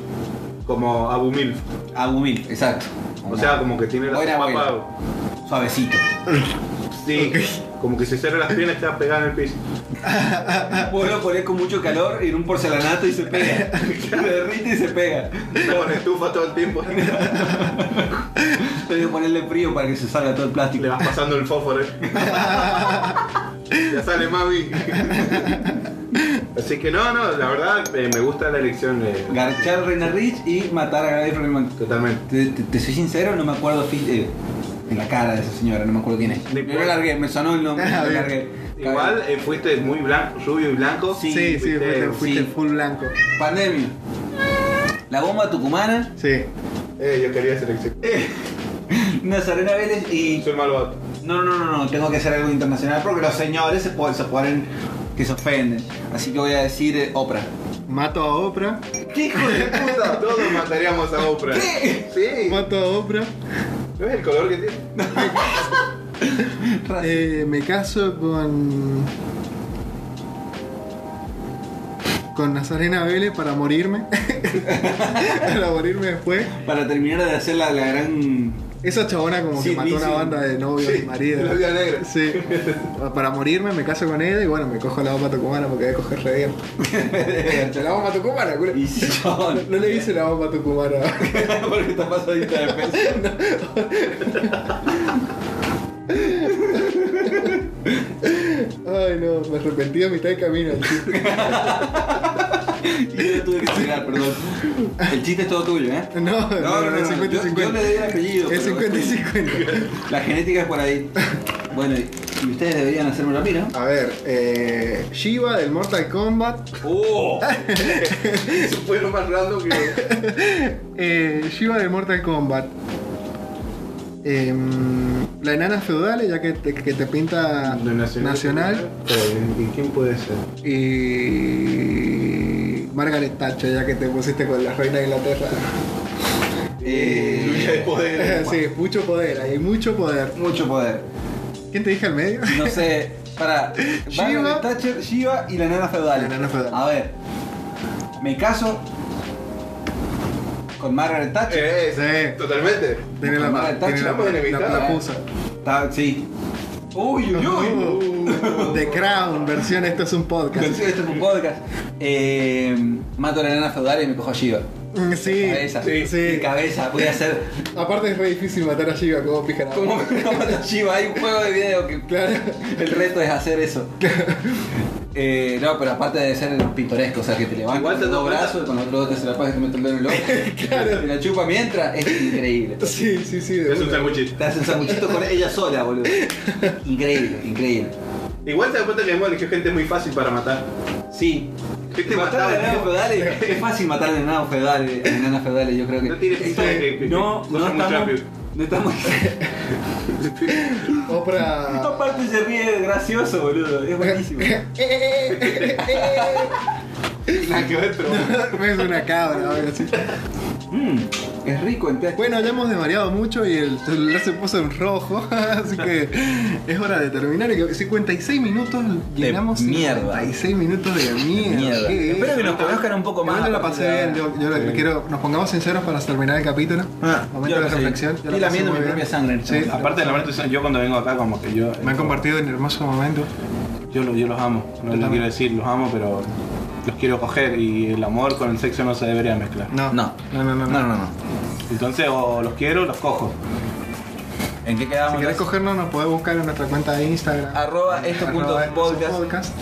Speaker 1: Como abumil.
Speaker 4: Agumil, exacto.
Speaker 1: O sea, como que tiene la
Speaker 4: Buena
Speaker 1: papa.
Speaker 4: abuela. Suavecito.
Speaker 1: Sí, como que se cierra las piernas y está pegada en el piso.
Speaker 4: Vos lo ponés con mucho calor y en un porcelanato y se pega. Se derrite y se pega.
Speaker 1: Está con estufa todo el tiempo.
Speaker 4: Tenés que ponerle frío para que se salga todo el plástico.
Speaker 1: Le vas pasando el fósforo. ¿eh? ya sale mami. Así que no, no, la verdad eh, me gusta la elección de.
Speaker 4: Garchar a Reina Rich y matar a Gabriel Fernández.
Speaker 1: Totalmente.
Speaker 4: Te, te- te soy sincero, no me acuerdo fi- eh, en la cara de esa señora, no me acuerdo quién es.
Speaker 1: De-
Speaker 4: Me lo largué, me sonó el nombre, me lo largué.
Speaker 1: Igual eh, fuiste muy blanco, rubio y blanco.
Speaker 4: Sí,
Speaker 3: Sí, sí, fuiste, fuiste
Speaker 4: sí.
Speaker 3: full blanco.
Speaker 4: Pandemia. La bomba tucumana,
Speaker 3: Sí.
Speaker 1: Eh, yo quería esa elección.
Speaker 3: Eh.
Speaker 4: Nazarena Vélez y...
Speaker 1: Soy malvado.
Speaker 4: No, no, no, no, tengo que hacer algo internacional porque los señores se, po- se ponen que se ofenden. Así que voy a decir eh, Oprah.
Speaker 3: Mato a Oprah.
Speaker 4: ¿Qué hijo de puta?
Speaker 1: Todos mataríamos a Oprah.
Speaker 4: ¿Qué?
Speaker 1: Sí.
Speaker 3: Mato a Oprah.
Speaker 1: ¿No ves el color que tiene?
Speaker 3: Eh, me caso con. Con Nazarena Vélez para morirme. para morirme después.
Speaker 4: Para terminar de hacer la, la gran...
Speaker 3: Esa chabona como
Speaker 4: Sí,
Speaker 3: que mató
Speaker 4: sí,
Speaker 3: una
Speaker 4: sí.
Speaker 3: banda de novios y maridos.
Speaker 1: la vida negra.
Speaker 3: Sí. Para morirme me caso con ella y bueno, me cojo la bomba tucumana porque voy a coger re bien. Garcha, la bomba tucumana, culo.
Speaker 4: Y si yo-
Speaker 3: No le hice la bomba tucumana.
Speaker 4: Porque está pasadita de peso.
Speaker 3: Ay no, me arrepentí a mitad de camino.
Speaker 4: Y yo tuve que tirar, perdón. El chiste es todo tuyo, ¿eh?
Speaker 3: No, no, no, no, es 50 y
Speaker 4: Yo, yo le
Speaker 3: 50.
Speaker 4: doy el apellido.
Speaker 3: Es
Speaker 4: pero
Speaker 3: 50 y 50.
Speaker 4: La genética es por ahí. Bueno, y ustedes deberían hacerme la mira.
Speaker 3: A ver, eh, Shiva del Mortal Kombat.
Speaker 1: ¡Oh! Eso fue lo más random que.
Speaker 3: Eh, Shiva del Mortal Kombat. Em, la enana feudal, ya que te, que te pinta nacional.
Speaker 1: Pero, ¿Y quién puede ser?
Speaker 3: Y Margaret Thatcher, ya que te pusiste con la reina de Inglaterra.
Speaker 4: Eh,
Speaker 1: Lucha de
Speaker 3: Eh,
Speaker 1: poder.
Speaker 3: sí, mucho poder, hay mucho poder.
Speaker 4: mucho poder.
Speaker 3: ¿Quién te dije al medio?
Speaker 4: No sé, para.
Speaker 3: Shiva.
Speaker 4: Margaret Thatcher, Shiva y la nana feudal.
Speaker 3: La nana feudal.
Speaker 4: A ver. Me caso con Margaret Thatcher.
Speaker 1: Eh,
Speaker 3: Sí.
Speaker 1: Totalmente.
Speaker 3: Tiene la,
Speaker 4: Margaret
Speaker 3: tiene
Speaker 4: Thatcher,
Speaker 3: la,
Speaker 1: pueden
Speaker 3: la,
Speaker 1: evitar,
Speaker 3: la
Speaker 4: eh.
Speaker 3: pusa.
Speaker 4: Ta- sí. Uy, uy, uy.
Speaker 3: The Crown, versión esto es un podcast.
Speaker 4: Esto es un podcast. Eh, mato a la nana feudal y me cojo a Shiva.
Speaker 3: Mm, Sí,
Speaker 4: cabeza,
Speaker 3: sí, sí.
Speaker 4: mi cabeza, voy a hacer
Speaker 3: Aparte es re difícil matar a Shiva como pijan
Speaker 4: como la Shiva, hay un juego de video que
Speaker 3: Claro.
Speaker 4: el reto es hacer eso. Eh, no, pero aparte de ser pintoresco, o sea que te levantas
Speaker 1: Igual te
Speaker 4: con un
Speaker 1: das
Speaker 4: brazo y con otro te se la pasa y te mete el dedo en el ojo. Te la chupa mientras, es increíble.
Speaker 3: Sí, sí, sí. de
Speaker 1: Es un
Speaker 3: una.
Speaker 1: sándwich.
Speaker 4: Te hace un sanguchito con ella sola, boludo. Increíble, increíble.
Speaker 1: Igual te das cuenta que hemos elegido gente muy fácil para matar.
Speaker 4: Sí.
Speaker 1: Este
Speaker 4: Matar a
Speaker 1: mataba,
Speaker 4: enanos
Speaker 1: ¿no?
Speaker 4: feudales, es fácil matar a enanos feudales, a enanas feudales, yo creo que.
Speaker 1: No tiene pinta de que- que-
Speaker 4: No,
Speaker 1: que
Speaker 4: eh, no
Speaker 1: cosa muy
Speaker 4: estamos.
Speaker 1: rápido.
Speaker 4: No estamos.
Speaker 3: Oprah.
Speaker 4: Aparte se ríe gracioso, boludo. Es buenísimo.
Speaker 1: Nada que ver, pero bueno.
Speaker 3: es una cabra, algo así.
Speaker 4: Mm, es rico en THC.
Speaker 3: Bueno, ya hemos desvariado mucho y el celular se puso en rojo, así que es hora de terminar. 56 minutos llenamos.
Speaker 4: mierda.
Speaker 3: 56 minutos de mierda.
Speaker 4: Mierda.
Speaker 3: ¿Qué es?
Speaker 4: Espero que nos conozcan un poco más.
Speaker 3: Igual yo la
Speaker 4: a partir
Speaker 3: pasé
Speaker 4: de
Speaker 3: bien,
Speaker 4: ahora.
Speaker 3: yo, yo la- quiero, nos pongamos sinceros para terminar el capítulo.
Speaker 4: Ah, yo
Speaker 3: Momento
Speaker 4: la
Speaker 3: de
Speaker 4: pasé
Speaker 3: reflexión.
Speaker 4: bien.
Speaker 3: Yo
Speaker 4: Estoy
Speaker 3: la pasé
Speaker 4: lamiendo
Speaker 3: muy
Speaker 4: mi
Speaker 3: bien.
Speaker 4: propia sangre en este
Speaker 3: Sí,
Speaker 4: momento.
Speaker 1: Aparte de la muerte, yo cuando vengo acá, como que yo. eh,
Speaker 3: me han compartido en hermosos momentos.
Speaker 1: Yo, lo- yo los amo. No les
Speaker 3: también.
Speaker 1: quiero decir, los amo, pero los quiero coger y el amor con el sexo no se debería mezclar.
Speaker 3: No.
Speaker 4: No.
Speaker 3: No, no, no.
Speaker 4: No, no, no.
Speaker 1: Entonces, o los quiero o los cojo.
Speaker 4: ¿En qué
Speaker 3: Si
Speaker 4: quedamos?
Speaker 3: querés cogernos, nos podés buscar en nuestra cuenta de Instagram.
Speaker 4: Arroba esto punto
Speaker 3: Arroba esto
Speaker 4: podcast.
Speaker 3: podcast.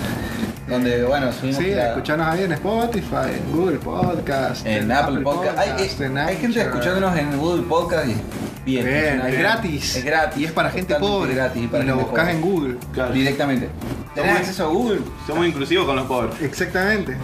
Speaker 4: Donde, bueno, subimos
Speaker 3: Sí,
Speaker 4: la-
Speaker 3: escuchanos ahí en Spotify, en Google Podcast,
Speaker 4: en Apple Podcast. Hay, hay-
Speaker 3: en
Speaker 4: hay gente
Speaker 3: Anchor.
Speaker 4: escuchándonos en Google Podcast y bien.
Speaker 3: Bien,
Speaker 4: funciona
Speaker 3: es
Speaker 4: bien.
Speaker 3: gratis.
Speaker 4: Es gratis.
Speaker 3: Y es para gente
Speaker 4: Totalmente
Speaker 3: pobre.
Speaker 4: gratis, y
Speaker 3: y
Speaker 4: para
Speaker 3: lo
Speaker 4: gente
Speaker 3: buscas
Speaker 4: pobre.
Speaker 3: en Google.
Speaker 1: Claro.
Speaker 4: Directamente. ¿Tenés
Speaker 1: Somos-
Speaker 4: acceso a Google?
Speaker 1: Somos inclusivos con los pobres.
Speaker 3: Exactamente.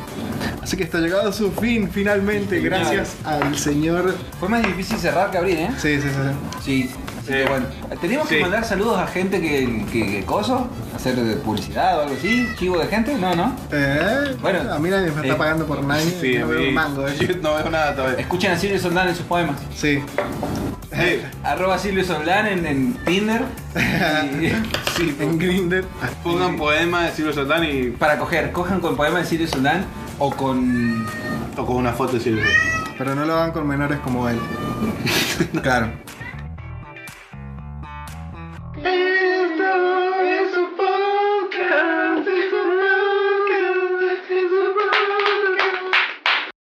Speaker 3: Así que está llegado a su fin, finalmente, gracias al señor.
Speaker 4: Fue más difícil cerrar que abrir, ¿eh?
Speaker 3: Sí, sí, sí.
Speaker 4: Sí, así que
Speaker 1: Eh,
Speaker 4: bueno. ¿Tenemos que
Speaker 1: sí.
Speaker 4: mandar saludos a gente que, que, que coso? ¿Hacer de publicidad o algo así? ¿Chivo de gente? No, no.
Speaker 3: Eh,
Speaker 4: Bueno,
Speaker 3: a mí nadie me
Speaker 4: eh,
Speaker 3: está pagando por nadie.
Speaker 1: Sí,
Speaker 3: no
Speaker 1: a mí-
Speaker 3: veo un mango, eh.
Speaker 1: Yo no veo nada todavía.
Speaker 4: Escuchen a Silvio Soldán en sus poemas.
Speaker 3: Sí.
Speaker 1: Hey,
Speaker 4: Arroba Silvio Soldán en, en Tinder. Y-
Speaker 3: Sí, en Grindr.
Speaker 1: pongan poema de Silvio Satán y
Speaker 4: para coger, cojan con poemas de Silvio Soldán o con.
Speaker 1: toco una foto de Silvio.
Speaker 3: Pero no lo hagan con menores como él.
Speaker 2: Claro.